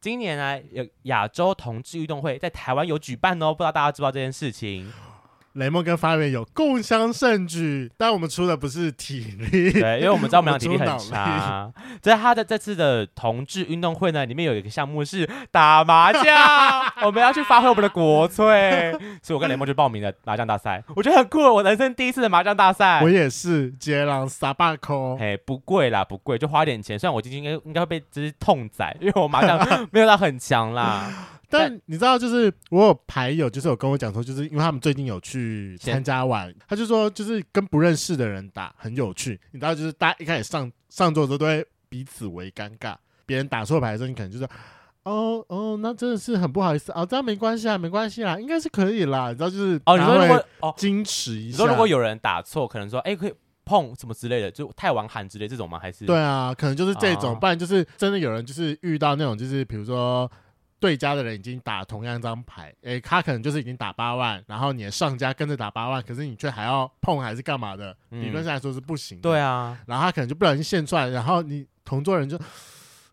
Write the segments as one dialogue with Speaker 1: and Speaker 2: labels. Speaker 1: 今年呢，有亚洲同志运动会在台湾有举办哦，不知道大家知不知道这件事 情？
Speaker 2: 雷梦跟发源有共襄盛举，但我们出的不是体力，
Speaker 1: 对，因为我们知道我们俩体力
Speaker 2: 我
Speaker 1: 很
Speaker 2: 猪
Speaker 1: 差。所以他的这次的同志运动会呢，里面有一个项目是打麻 将，我们要去发挥我们的国粹，所以我跟雷梦就报名了麻将大赛，我觉得很酷，我人生第一次的麻将大赛
Speaker 2: 我。也是杰朗撒巴扣，
Speaker 1: 哎，不贵啦，不贵，就花点钱。虽然我今天应该应该会被只是痛宰，因为我麻 将没有到很强啦。
Speaker 2: 但你知道，就是我有牌友，就是有跟我讲说，就是因为他们最近有去
Speaker 1: 先
Speaker 2: 参加玩，他就说就是跟不认识的人打很有趣。你知道，就是大家一开始上上桌的时候都会彼此为尴尬，别人打错牌的时候，你可能就说。哦哦，那真的是很不好意思啊、哦，这样没关系啊，没关系啦，应该是可以啦。你知道就是
Speaker 1: 哦，你说如
Speaker 2: 大家会
Speaker 1: 果哦，
Speaker 2: 矜持一
Speaker 1: 你
Speaker 2: 下，
Speaker 1: 说如果有人打错，可能说哎、可以碰什么之类的，就太晚喊之类这种吗？还是
Speaker 2: 对啊，可能就是这种，
Speaker 1: 哦
Speaker 2: 不然就是真的有人就是遇到那种就是比如说对家的人已经打同样一张牌，诶、他可能就是已经打八万，然后你的上家跟着打八万，可是你却还要碰还是干嘛的？
Speaker 1: 嗯
Speaker 2: 理论上来说是不行的。
Speaker 1: 对啊，
Speaker 2: 然后他可能就不小心现出来，然后你同桌人就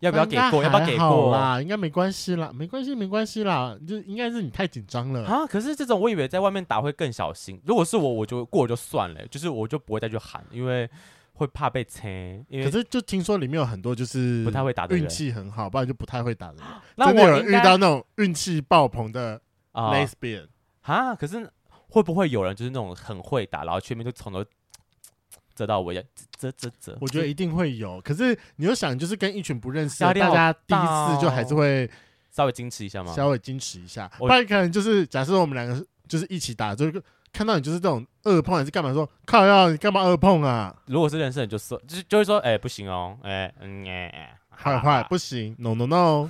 Speaker 1: 要不要给
Speaker 2: 应该
Speaker 1: 过？要不要
Speaker 2: 还
Speaker 1: 给
Speaker 2: 好
Speaker 1: 过？
Speaker 2: 啦？应该没关系啦，没关系，没关系啦，就应该是你太紧张了。
Speaker 1: 啊！可是这种我以为在外面打会更小心。如果是我，我就过就算了，就是我就不会再去喊，因为会怕被切，因
Speaker 2: 可
Speaker 1: 为
Speaker 2: 是就听说里面有很多就是
Speaker 1: 不太会打的人
Speaker 2: 运气很好，不然就不太会打的人。
Speaker 1: 那
Speaker 2: 真的有
Speaker 1: 我
Speaker 2: 人
Speaker 1: 应
Speaker 2: 遇
Speaker 1: 该
Speaker 2: 到那种运气爆棚的
Speaker 1: 啊
Speaker 2: lesbian，、
Speaker 1: 啊！可是会不会有人就是那种很会打，然后全面就从头折到尾，折折折？
Speaker 2: 我觉得一定会有，可是你又想，就是跟一群不认识的，
Speaker 1: 压力
Speaker 2: 大
Speaker 1: 好
Speaker 2: 家第
Speaker 1: 大
Speaker 2: 一次就还是
Speaker 1: 哦
Speaker 2: 会
Speaker 1: 稍微矜持一下嘛。
Speaker 2: 稍微矜持一下，
Speaker 1: 我
Speaker 2: 不然可能就是假设我们两个就是一起打，就是看到你就是这种恶碰还是干嘛说靠要你干嘛恶碰啊，
Speaker 1: 如果是认识人，就说就是就会说，哎、不行哦，哎、嗯哎、哎
Speaker 2: 坏
Speaker 1: 好啦
Speaker 2: 坏不行，no no no，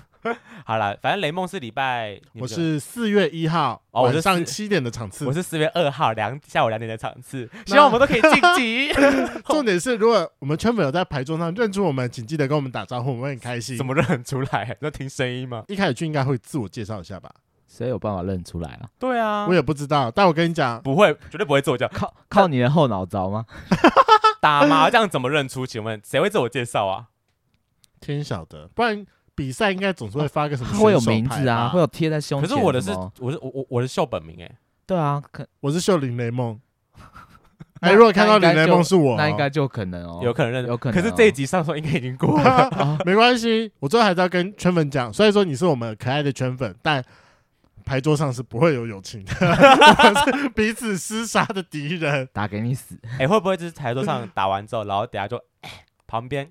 Speaker 1: 好了，反正雷梦是礼拜，你们
Speaker 2: 我是四月一号
Speaker 1: 哦我
Speaker 2: 晚
Speaker 1: 是
Speaker 2: 上
Speaker 1: 四
Speaker 2: 七点的场次
Speaker 1: 我，是四月二号两下午两点的场次，希望我们 都可以晋级。
Speaker 2: 重点是如果我们圈粉有在牌桌上认出我们，请记得跟我们打招呼，我们会很开心
Speaker 1: 怎。么认出来？ 要听声音吗？
Speaker 2: 一开始去应该会自我介绍一下吧，
Speaker 3: 谁有办法认出来啊？
Speaker 1: 对啊，
Speaker 2: 我也不知道，但我跟你讲，
Speaker 1: 不会，绝对不会自我介绍。
Speaker 3: 靠靠你的后脑勺吗？
Speaker 1: 打麻将怎么认出？请问谁会自我介绍啊？
Speaker 2: 天晓得，不然比赛应该总是会发个什么
Speaker 3: 会有
Speaker 2: 选手
Speaker 3: 名
Speaker 2: 牌
Speaker 3: 字啊，
Speaker 2: 吧
Speaker 3: 会有贴在胸
Speaker 1: 可
Speaker 3: 前
Speaker 1: 是
Speaker 3: 什么。
Speaker 1: 我的是我是我我我是秀本名哎、
Speaker 3: 对啊，可
Speaker 2: 我是秀林雷梦。
Speaker 3: 那
Speaker 2: 哎，如果看到
Speaker 3: 那
Speaker 2: 林
Speaker 3: 应该
Speaker 2: 雷
Speaker 3: 就
Speaker 2: 梦是我哦，
Speaker 3: 那 应该就可能哦，
Speaker 1: 有可能认，
Speaker 3: 有可能
Speaker 1: 可
Speaker 3: 哦
Speaker 1: 是这一集上说应该已经 过了。
Speaker 2: 没关系。我最后还是要跟圈粉讲，虽然说你是我们可爱的圈粉，但牌桌上是不会有友情的， 我们是彼此厮杀的敌人。
Speaker 3: 打给你死。
Speaker 1: 哎、会不会就是台桌上打完之后，然后等下就、哎旁 边，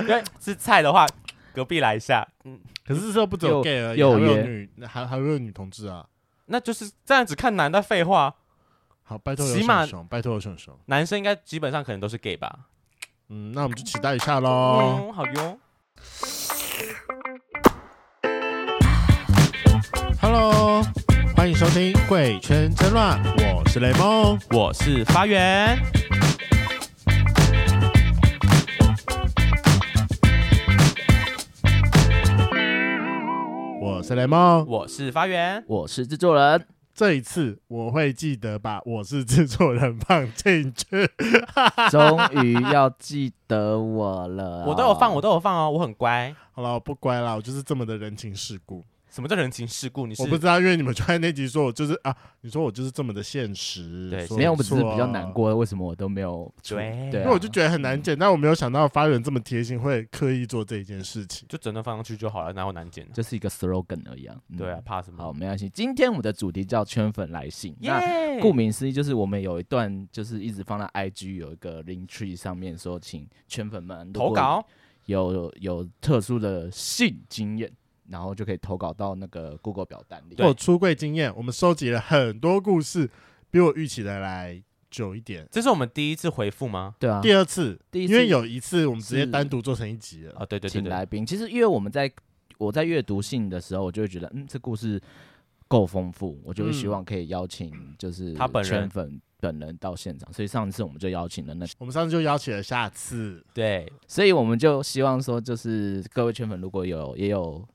Speaker 1: 因为是菜的话，隔壁来一下，嗯，
Speaker 2: 可是这不只有
Speaker 3: 又
Speaker 2: gay 而已，还
Speaker 3: 又
Speaker 2: 会有
Speaker 3: 耶
Speaker 2: 女，还还会有女同志啊。
Speaker 1: 那就是这样子看男的废话，
Speaker 2: 好，拜托有
Speaker 1: 起
Speaker 2: 熊
Speaker 1: 码
Speaker 2: 熊，拜托有熊熊。
Speaker 1: 男生应该基本上可能都是 gay 吧？
Speaker 2: 嗯，那我们就期待一下喽。
Speaker 1: 嗯，好哟。
Speaker 3: 嗯
Speaker 2: Hello，欢迎收听《贵圈争乱》，我是雷梦。
Speaker 1: 我是发源，
Speaker 2: 我是雷梦，
Speaker 1: 我是发源，
Speaker 3: 我是制作 人，
Speaker 2: 这一次我会记得把我是制作人放进去。
Speaker 3: 终于要记得我了。
Speaker 1: 我都有放，我都有放哦，我很乖。
Speaker 2: 好了，我不乖啦，我就是这么的人情世故。
Speaker 1: 什么叫人情世故？你是
Speaker 2: 我不知道，因为你们就在那集说我就是啊，你说我就是这么的现实。
Speaker 1: 对
Speaker 2: 说
Speaker 3: 没有，我们只是
Speaker 2: 错
Speaker 3: 比较难。过，为什么我都没有出？
Speaker 1: 对
Speaker 3: 对啊，
Speaker 2: 因为我就觉得很难剪，但我没有想到发源这么贴心，会刻意做这一件事情。
Speaker 1: 就整段放上去就好了，哪有难剪的？
Speaker 3: 就是一个 slogan 而已啊。嗯
Speaker 1: 对啊，，怕什么
Speaker 3: 好，？没关系。今天我们的主题叫圈粉来信。那
Speaker 1: 耶
Speaker 3: 顾名思义，就是我们有一段就是一直放在 IG 有一个 link tree 上面说，请圈粉们如
Speaker 1: 投
Speaker 3: 果
Speaker 1: 稿，
Speaker 3: 有有有特殊的性经验，然后就可以投稿到那个 Google 表单里。
Speaker 2: 我有出柜经验，我们收集了很多故事，比我预期的来久一点。
Speaker 1: 这是我们第一次回复吗？
Speaker 3: 对啊，
Speaker 2: 第二次，
Speaker 3: 第一次
Speaker 2: 因为有一次我们直接
Speaker 3: 是
Speaker 2: 单独做成一集了，
Speaker 1: 啊，对对对
Speaker 3: 请
Speaker 1: 对，
Speaker 3: 来宾。其实因为我们在我在阅读信的时候，我就会觉得，嗯，这故事够丰富，我就会希
Speaker 2: 嗯
Speaker 3: 望可以邀请就是
Speaker 1: 他本人
Speaker 3: 圈粉本人到现场。所以上次我们就邀请了那，
Speaker 2: 我们上次就邀请了下次。
Speaker 1: 对，
Speaker 3: 所以我们就希望说，就是各位圈粉如果有也有。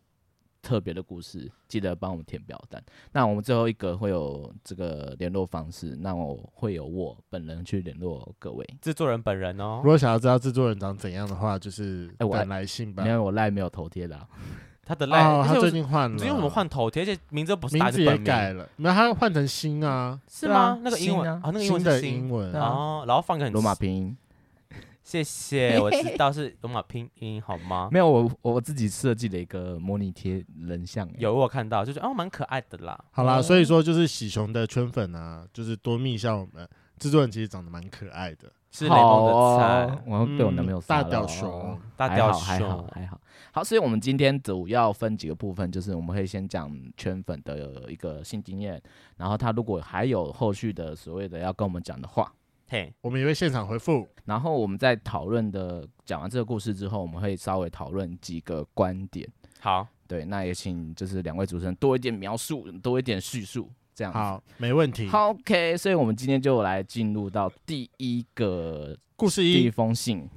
Speaker 3: 特别的故事，记得帮我们填表单。那我们最后一个会有这个联络方式，那我会有我本人去联络各位。
Speaker 1: 制作人本人哦
Speaker 2: 如，果想要知道制作人长怎样的话，就是
Speaker 3: 哎我
Speaker 2: 等来信吧
Speaker 3: 因。为我赖没有头贴的啊、
Speaker 1: 他的赖、
Speaker 2: 哦，
Speaker 1: 哎而且
Speaker 2: 他
Speaker 1: 我
Speaker 2: 最近换了，
Speaker 1: 最近怎么换头贴？而且名字又不是
Speaker 2: 名
Speaker 1: 打
Speaker 2: 字
Speaker 1: 你
Speaker 2: 也
Speaker 1: 本名，
Speaker 2: 改了，没有，他换成新啊，
Speaker 1: 是
Speaker 3: 对啊
Speaker 1: 吗？那个英文
Speaker 3: 新
Speaker 1: 啊
Speaker 3: 啊
Speaker 1: 那个英文是
Speaker 2: 的
Speaker 1: 新
Speaker 2: 英文
Speaker 3: 对啊
Speaker 1: 哦，然后放一个很
Speaker 3: 罗马拼音
Speaker 1: 谢谢，我知道是罗马拼音好 吗？
Speaker 3: 没有我我自己设计了一个模拟贴人像、欸，
Speaker 1: 有我有看到，就觉得哦蛮可爱的啦。
Speaker 2: 好啦，
Speaker 3: 哦
Speaker 2: 所以说就是喜熊的圈粉啊，就是多密一下我们制作人，其实长得蛮可爱的，
Speaker 1: 是雷蒙的
Speaker 3: 好
Speaker 1: 菜哦
Speaker 3: 哦，我要被我男朋友
Speaker 2: 嗯
Speaker 3: 杀
Speaker 2: 大
Speaker 3: 了
Speaker 2: 屌熊，
Speaker 1: 大
Speaker 3: 还
Speaker 1: 雕
Speaker 3: 好还好
Speaker 1: 熊，
Speaker 3: 还好。好，所以我们今天主要分几个部分，就是我们会先讲圈粉的一个性经验，然后他如果还有后续的所谓的要跟我们讲的话，
Speaker 1: 嘿，
Speaker 2: 我们也会现场回复。
Speaker 3: 然后我们在讨论的讲完这个故事之后，我们会稍微讨论几个观点。
Speaker 1: 好，
Speaker 3: 对，那也请就是两位主持人多一点描述，多一点叙述，这样子。
Speaker 2: 好，没问题。
Speaker 3: 好，OK，所以我们今天就来进入到第一个
Speaker 2: 故事
Speaker 3: 第一
Speaker 2: 一，
Speaker 3: 封信。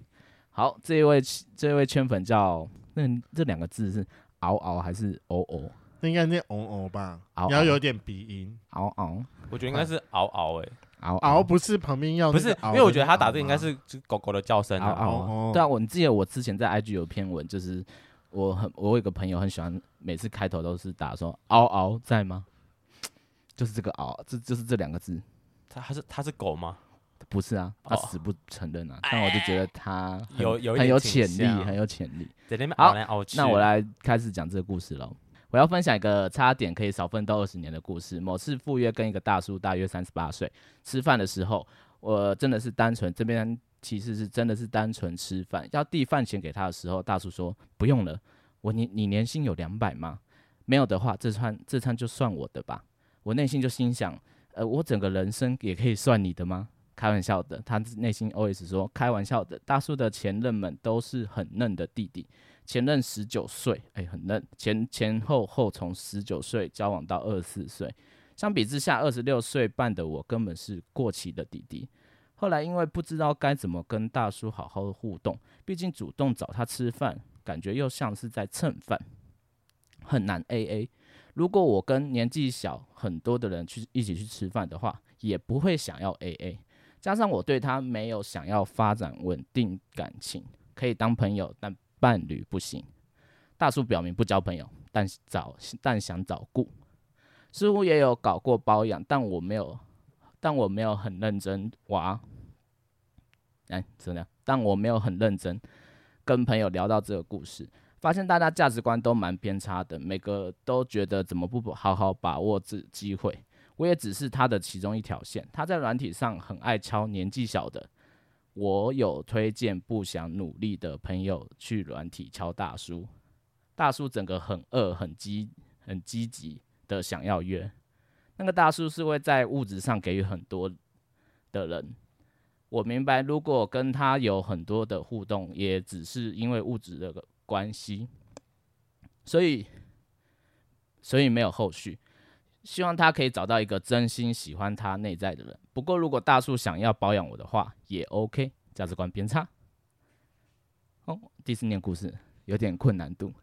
Speaker 3: 好，这一位这一位圈粉叫那这两个字是嗷嗷还是哦偶偶
Speaker 2: 那应该念哦哦吧，
Speaker 3: 嗷
Speaker 2: 你要有点鼻音，
Speaker 3: 嗷嗷
Speaker 1: 我觉得应该是嗷嗷哎，
Speaker 3: 嗷
Speaker 2: 熬不是旁边要
Speaker 3: 哦
Speaker 1: 不
Speaker 2: 那
Speaker 1: 是
Speaker 2: 个，哦
Speaker 1: 因
Speaker 2: 熬
Speaker 1: 为我觉得他
Speaker 2: 的那
Speaker 1: 打
Speaker 2: 个
Speaker 1: 字应该
Speaker 2: 熬吗
Speaker 1: 是就是狗狗的叫声
Speaker 3: 嗷
Speaker 1: 啊。
Speaker 3: 嗷
Speaker 2: 嗷
Speaker 3: 啊！对啊，我记得我之前在 IG 有篇文，就是我很我有一个朋友很喜欢，每次开头都是打说嗷嗷在吗？就是这个嗷，这就是这两个字，
Speaker 1: 他他是他是狗吗？
Speaker 3: 不是啊，他
Speaker 1: 哦哎
Speaker 3: 死不承认啊。但我就觉得他很
Speaker 1: 有有一
Speaker 3: 很
Speaker 1: 点
Speaker 3: 有
Speaker 1: 倾
Speaker 3: 潜力，
Speaker 1: 向
Speaker 3: 很有潜力。
Speaker 1: 在那边
Speaker 3: 好
Speaker 1: 熬来熬去。
Speaker 3: 那我来开始讲这个故事喽。我要分享一个差点可以少奋斗二十年的故事。某次赴约跟一个大叔，大约三十八岁，吃饭的时候，我真的是单纯这边其实是真的是单纯吃饭。要递饭钱给他的时候，大叔说不用了，我你你年薪有两百吗？没有的话，这餐这餐就算我的吧。我内心就心想，呃，我整个人生也可以算你的吗？开玩笑的，他内心 OS 说开玩笑的。大叔的前任们都是很嫩的弟弟，前任十九岁，哎、很嫩，前前后后从十九岁交往到二十四岁。相比之下，二十六岁半的我根本是过期的弟弟。后来因为不知道该怎么跟大叔好好互动，毕竟主动找他吃饭，感觉又像是在蹭饭，很难 A A。如果我跟年纪小很多的人去一起去吃饭的话，也不会想要 A A。加上我对他没有想要发展稳定感情，可以当朋友，但伴侣不行。大叔表明不交朋友，但找但想找顾，似乎也有搞过包养，但我没有，但我没有很认真哇。哎，怎么样？但我没有很认真跟朋友聊到这个故事，发现大家价值观都蛮偏差的，每个都觉得怎么不好好把握这机会。我也只是他的其中一条线。他在软体上很爱敲年纪小的，我有推荐不想努力的朋友去软体敲大叔，大叔整个很饿、很积、很积极的想要约。那个大叔是会在物质上给予很多的人。我明白，如果跟他有很多的互动，也只是因为物质的关系，所以，所以没有后续。希望他可以找到一个真心喜欢他内在的人。不过，如果大树想要包养我的话，也 OK，价值观偏差。哦，第四念故事有点困难度。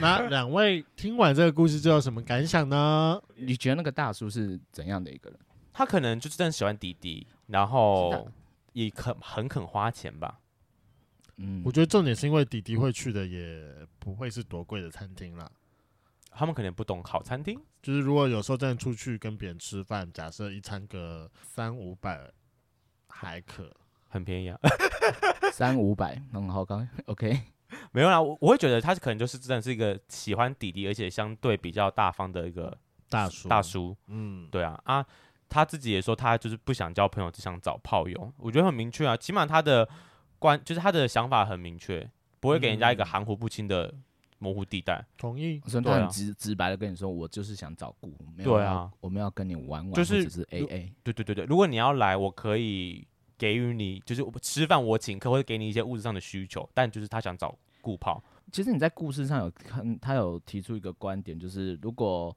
Speaker 2: 那两位听完这个故事之后有什么感想呢？
Speaker 3: 你觉得那个大叔是怎样的一个人？
Speaker 1: 他可能就是真的喜欢迪迪，然
Speaker 3: 是
Speaker 1: 后
Speaker 3: 的
Speaker 1: 也肯很肯花钱吧。
Speaker 3: 嗯
Speaker 2: 我，觉得重点是因为弟弟会去的也不会是多贵的餐厅啦，
Speaker 1: 他们可能不懂好餐厅，
Speaker 2: 就是如果有时候真的出去跟别人吃饭，假设一餐个三五百还可，
Speaker 1: 很便宜啊。
Speaker 3: 三五百，很好刚 OK。
Speaker 1: 没有啦，我我会觉得他可能就是真的是一个喜欢弟弟，而且相对比较大方的一个
Speaker 2: 大叔
Speaker 1: 大，叔。
Speaker 2: 嗯，
Speaker 1: 对啊啊，他自己也说他就是不想交朋友，只想找炮友。我觉得很明确啊，起码他的观就是他的想法很明确，不会给人家一个
Speaker 2: 嗯
Speaker 1: 含糊不清的模糊地带。
Speaker 2: 同意。
Speaker 3: 所以
Speaker 1: 对
Speaker 3: 他
Speaker 1: 啊
Speaker 3: 很直、直白的跟你说，我就是想找顾，没有
Speaker 1: 对
Speaker 3: 要
Speaker 1: 啊，
Speaker 3: 我们要跟你玩玩，
Speaker 1: 就是
Speaker 3: 或者是 AA。
Speaker 1: 对对对对，如果你要来，我可以给予你就是我吃饭我请客，或者给你一些物质上的需求，但就是他想找顾炮。
Speaker 3: 其实你在故事上有看，他有提出一个观点，就是如果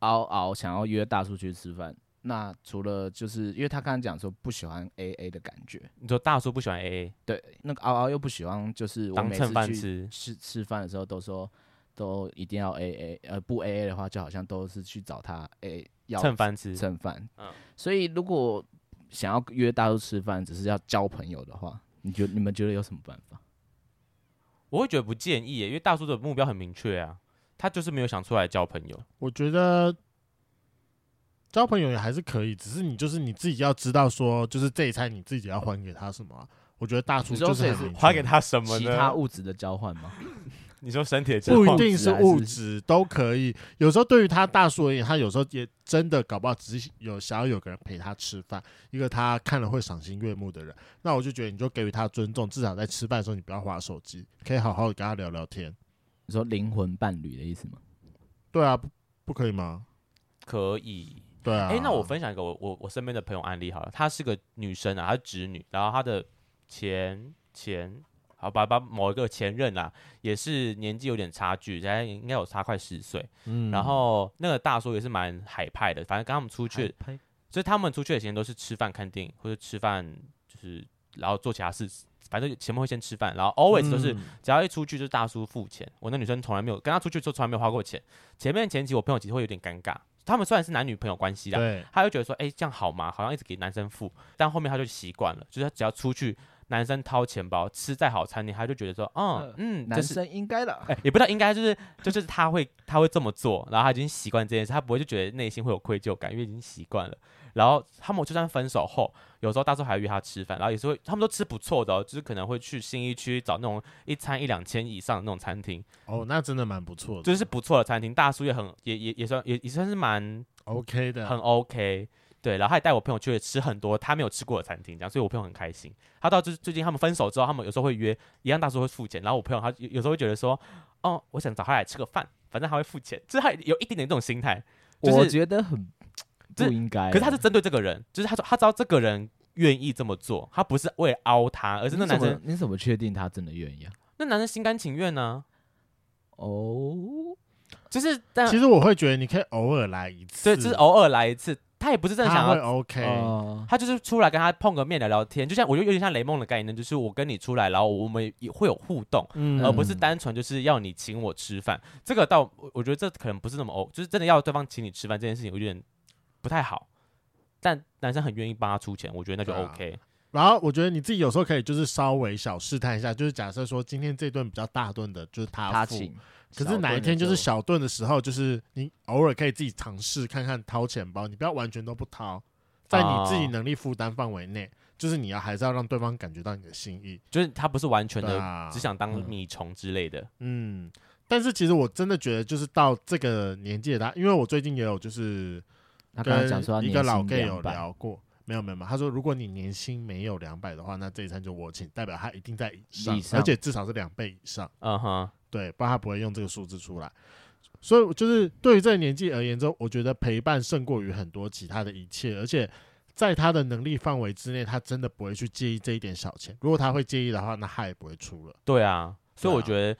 Speaker 3: 敖敖想要约大叔去吃饭，那除了就是因为他刚刚讲说不喜欢 A A 的感觉，
Speaker 1: 你说大叔不喜欢 AA
Speaker 3: 对，那个敖敖又不喜欢，就是我
Speaker 1: 当
Speaker 3: 每
Speaker 1: 蹭
Speaker 3: 次
Speaker 1: 饭
Speaker 3: 去
Speaker 1: 吃，
Speaker 3: 吃吃饭的时候都说都一定要 A A，呃不 A A 的话就好像都是去找他 A 要
Speaker 1: 蹭饭吃，
Speaker 3: 蹭饭，
Speaker 1: 嗯
Speaker 3: 所以如果想要约大叔吃饭，只是要交朋友的话，你觉你们觉得有什么办法？
Speaker 1: 我会觉得不建议耶，因为大叔的目标很明确啊，他就是没有想出来交朋友。
Speaker 2: 我觉得交朋友也还是可以，只是你就是你自己要知道说，就是这一餐你自己要还给他什么啊、我觉得大叔
Speaker 3: 你说
Speaker 2: 就是
Speaker 3: 是
Speaker 2: 很明确
Speaker 1: 还给，他什么
Speaker 3: 嗯其
Speaker 1: 呢？
Speaker 3: 他物质的交换吗？
Speaker 1: 你说身体的交
Speaker 2: 不一
Speaker 1: 换，
Speaker 2: 啊定是
Speaker 3: 物
Speaker 2: 物
Speaker 3: 质还
Speaker 2: 质都可以。有时候对于他大叔而言，他有时候也真的搞不好只是有想要有个人陪他吃饭，一个他看了会赏心悦目的人。那我就觉得你就给予他尊重，至少在吃饭的时候你不要划手机，可以好好的跟他聊聊天。
Speaker 3: 你说灵魂伴侣的意思吗？
Speaker 2: 对啊，不不可以吗？
Speaker 1: 可以。
Speaker 2: 对啊。
Speaker 1: 哎、那我分享一个我我我身边的朋友案例好了，她是个女生啊，她是直女，然后她的前前好吧吧某一个前任啊，也是年纪有点差距，大概应该有差快十岁，
Speaker 2: 嗯
Speaker 1: 然后那个大叔也是蛮海派的，反正跟他们出去，所以他们出去的时间都是吃饭、看电影，或者吃饭就是然后做其他事，反正前面会先吃饭，然后 always 都是、
Speaker 2: 嗯
Speaker 1: 只要一出去就是大叔付钱。我那女生从来没有跟他出去之后从来没有花过钱。前面前期我朋友其实会有点尴尬，他们虽然是男女朋友关系啦，
Speaker 2: 对，
Speaker 1: 他就觉得说，哎、这样好吗？好像一直给男生付，但后面他就习惯了，就是他只要出去。男生掏钱包，吃再好餐厅，他就觉得说，嗯
Speaker 3: 呃
Speaker 1: 嗯，就
Speaker 3: 男
Speaker 1: 是
Speaker 3: 生应该了。
Speaker 1: 哎、也不知道应该就是就是他会他会这么做，然后他已经习惯这件事，他不会就觉得内心会有愧疚感，因为已经习惯了。然后他们就算分手后，有时候大叔还约他吃饭，然后也是会他们都吃不错的、哦，就是可能会去新一区找那种一餐一两千以上的那种餐厅，
Speaker 2: 哦，那真的蛮不错的，
Speaker 1: 就是不错的餐厅。大叔也很也也也算也也算是蛮
Speaker 2: OK 的，
Speaker 1: 很 OK。对，然后他也带我朋友去吃很多他没有吃过的餐厅，这样，所以我朋友很开心。他到最最近他们分手之后，他们有时候会约，一样大叔会付钱，然后我朋友他有有时候会觉得说，哦，我想找他来吃个饭，反正他会付钱，就是他有一点点这种心态，就是
Speaker 3: 我觉得很
Speaker 1: 这
Speaker 3: 不应
Speaker 2: 哎
Speaker 3: 该。啊
Speaker 1: 可是他是针对这个人，就是他说他知道这个人愿意这么做，他不是为了凹他，而是那
Speaker 3: 你
Speaker 1: 男
Speaker 3: 怎么
Speaker 1: 生
Speaker 3: 你怎么确定他真的愿意啊？
Speaker 1: 那男生心甘情愿呢、
Speaker 3: 哦，
Speaker 1: 就是但
Speaker 2: 其实我会觉得你可以偶尔来一次，
Speaker 1: 对，就是偶尔来一次，他也不是真的想要
Speaker 2: 他会 OK，、
Speaker 1: 哎
Speaker 3: 哦
Speaker 1: 他就是出来跟他碰个面聊聊天，就像我觉得有点像雷梦的概念，就是我跟你出来，然后我们也会有互动，
Speaker 2: 嗯
Speaker 1: 而不是单纯就是要你请我吃饭。这个倒我我觉得这可能不是那么哦，就是真的要对方请你吃饭这件事情，我有点不太好。但男生很愿意帮他出钱，我觉得那就
Speaker 2: 对啊
Speaker 1: OK。
Speaker 2: 然后我觉得你自己有时候可以就是稍微小试探一下，就是假设说今天这顿比较大顿的，就是他
Speaker 3: 他
Speaker 2: 付
Speaker 3: 请，
Speaker 2: 可是哪一天就是小顿的时候，就是你偶尔可以自己尝试看看掏钱包，你不要完全都不掏，在你自己能力负担范围内，就是你要还是要让对方感觉到你的心意。
Speaker 1: 就是他不是完全
Speaker 2: 对
Speaker 1: 的
Speaker 2: 啊
Speaker 1: 只想当
Speaker 3: 嗯
Speaker 1: 米虫之类的，
Speaker 2: 嗯，但是其实我真的觉得就是到这个年纪的他，因为我最近也有就是
Speaker 3: 他刚才讲说
Speaker 2: 跟一
Speaker 3: 他
Speaker 2: 个
Speaker 3: 年
Speaker 2: 老
Speaker 3: 薪
Speaker 2: gay 有
Speaker 3: 两百，
Speaker 2: 聊过。没有没有，没有他说如果你年薪没有两百的话，那这一餐就我请，代表他一定在以上，
Speaker 3: 以上
Speaker 2: 而且至少是两倍以上。
Speaker 1: 嗯哼，
Speaker 2: 对，不然他不会用这个数字出来。所以就是对于这个年纪而言之后，我觉得陪伴胜过于很多其他的一切，而且在他的能力范围之内，他真的不会去介意这一点小钱。如果他会介意的话，那他也不会出了。
Speaker 1: 对啊，所以
Speaker 2: 对啊
Speaker 1: 我觉得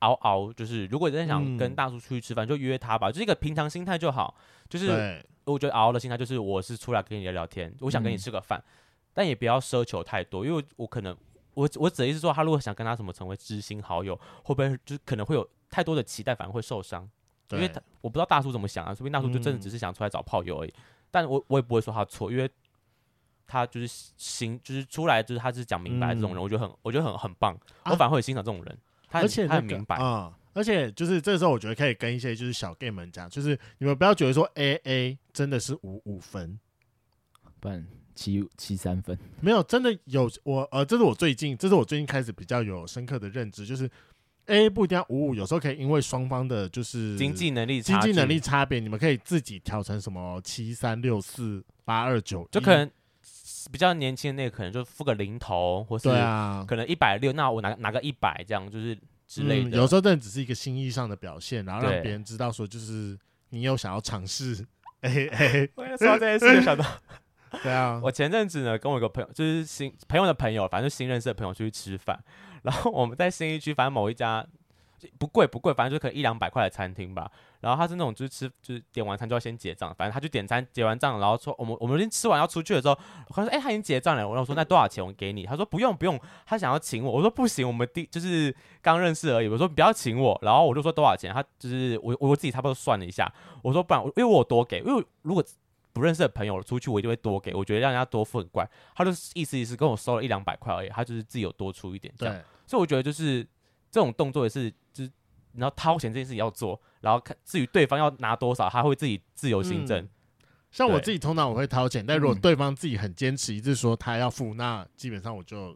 Speaker 1: 熬熬就是，如果真的想跟
Speaker 2: 嗯
Speaker 1: 大叔出去吃饭，就约他吧，就是一个平常心态就好，就是
Speaker 2: 对，
Speaker 1: 我觉得熬的心态就是，我是出来跟你聊聊天，我想跟你
Speaker 3: 嗯
Speaker 1: 吃个饭，但也不要奢求太多，因为我我可能我我只的意思是说，他如果想跟他什么成为知心好友，会不会就是可能会有太多的期待，反而会受伤？因
Speaker 2: 对
Speaker 1: 为他我不知道大叔怎么想啊，说不定大叔就真的只是想出来找炮友而已。
Speaker 2: 嗯
Speaker 1: 但我我也不会说他错，因为他就是心就是出来就是他是讲明白这种人，
Speaker 2: 嗯
Speaker 1: 我觉得很我觉得很很棒，
Speaker 2: 啊
Speaker 1: 我反而会欣赏这种人，他很
Speaker 2: 而且、那个、
Speaker 1: 他很明白，
Speaker 2: 嗯，而且就是这时候，我觉得可以跟一些就是小 gay 们讲，就是你们不要觉得说 A A 真的是五五分，
Speaker 3: 不然七七三分。
Speaker 2: 没有，真的有我呃，这是我最近，这是我最近开始比较有深刻的认知，就是 A A 不一定要五五，有时候可以因为双方的就是
Speaker 1: 经济能力
Speaker 2: 经
Speaker 1: 差
Speaker 2: 济
Speaker 1: 距
Speaker 2: 能力差别，你们可以自己调成什么七三六四八二九，
Speaker 1: 就可能比较年轻的那个可能就付个零头或是
Speaker 2: 对啊
Speaker 1: 可能一百六，那我拿拿个一百这样，就是之类
Speaker 2: 嗯
Speaker 1: 的。
Speaker 2: 有时候真的只是一个心意上的表现，然后让
Speaker 1: 对
Speaker 2: 别人知道说就是你有想要尝试。哎哎，
Speaker 1: 我说到这件事，就 想到
Speaker 2: 对啊，
Speaker 1: 我前阵子呢，跟我一个朋友，就是新朋友的朋友，反正就新认识的朋友出去吃饭，然后我们在新一区，反正某一家不贵不贵，反正就可能一两百块的餐厅吧。然后他是那种就是吃就是点完餐就要先结账，反正他就点餐结完账，然后说我们我们已经吃完要出去的时候，他说哎、他已经结账了，我我说那多少钱我给你？他说不用不用，他想要请我，我说不行，我们第就是刚认识而已，我说不要请我，然后我就说多少钱，他就是我我我自己差不多算了一下，我说不然我因为我有多给，因为如果不认识的朋友出去我一定会多给，我觉得让人家多付很怪，他就是意思意思跟我收了一两百块而已，他就是自己有多出一点这样，
Speaker 2: 对，
Speaker 1: 所以我觉得就是这种动作也是就是。然后掏钱这件事情要做，然后看至于对方要拿多少，他会自己自由行政。
Speaker 2: 嗯像我
Speaker 1: 对
Speaker 2: 自己通常我会掏钱，但如果
Speaker 3: 嗯
Speaker 2: 对方自己很坚持一致说他要付，那基本上我就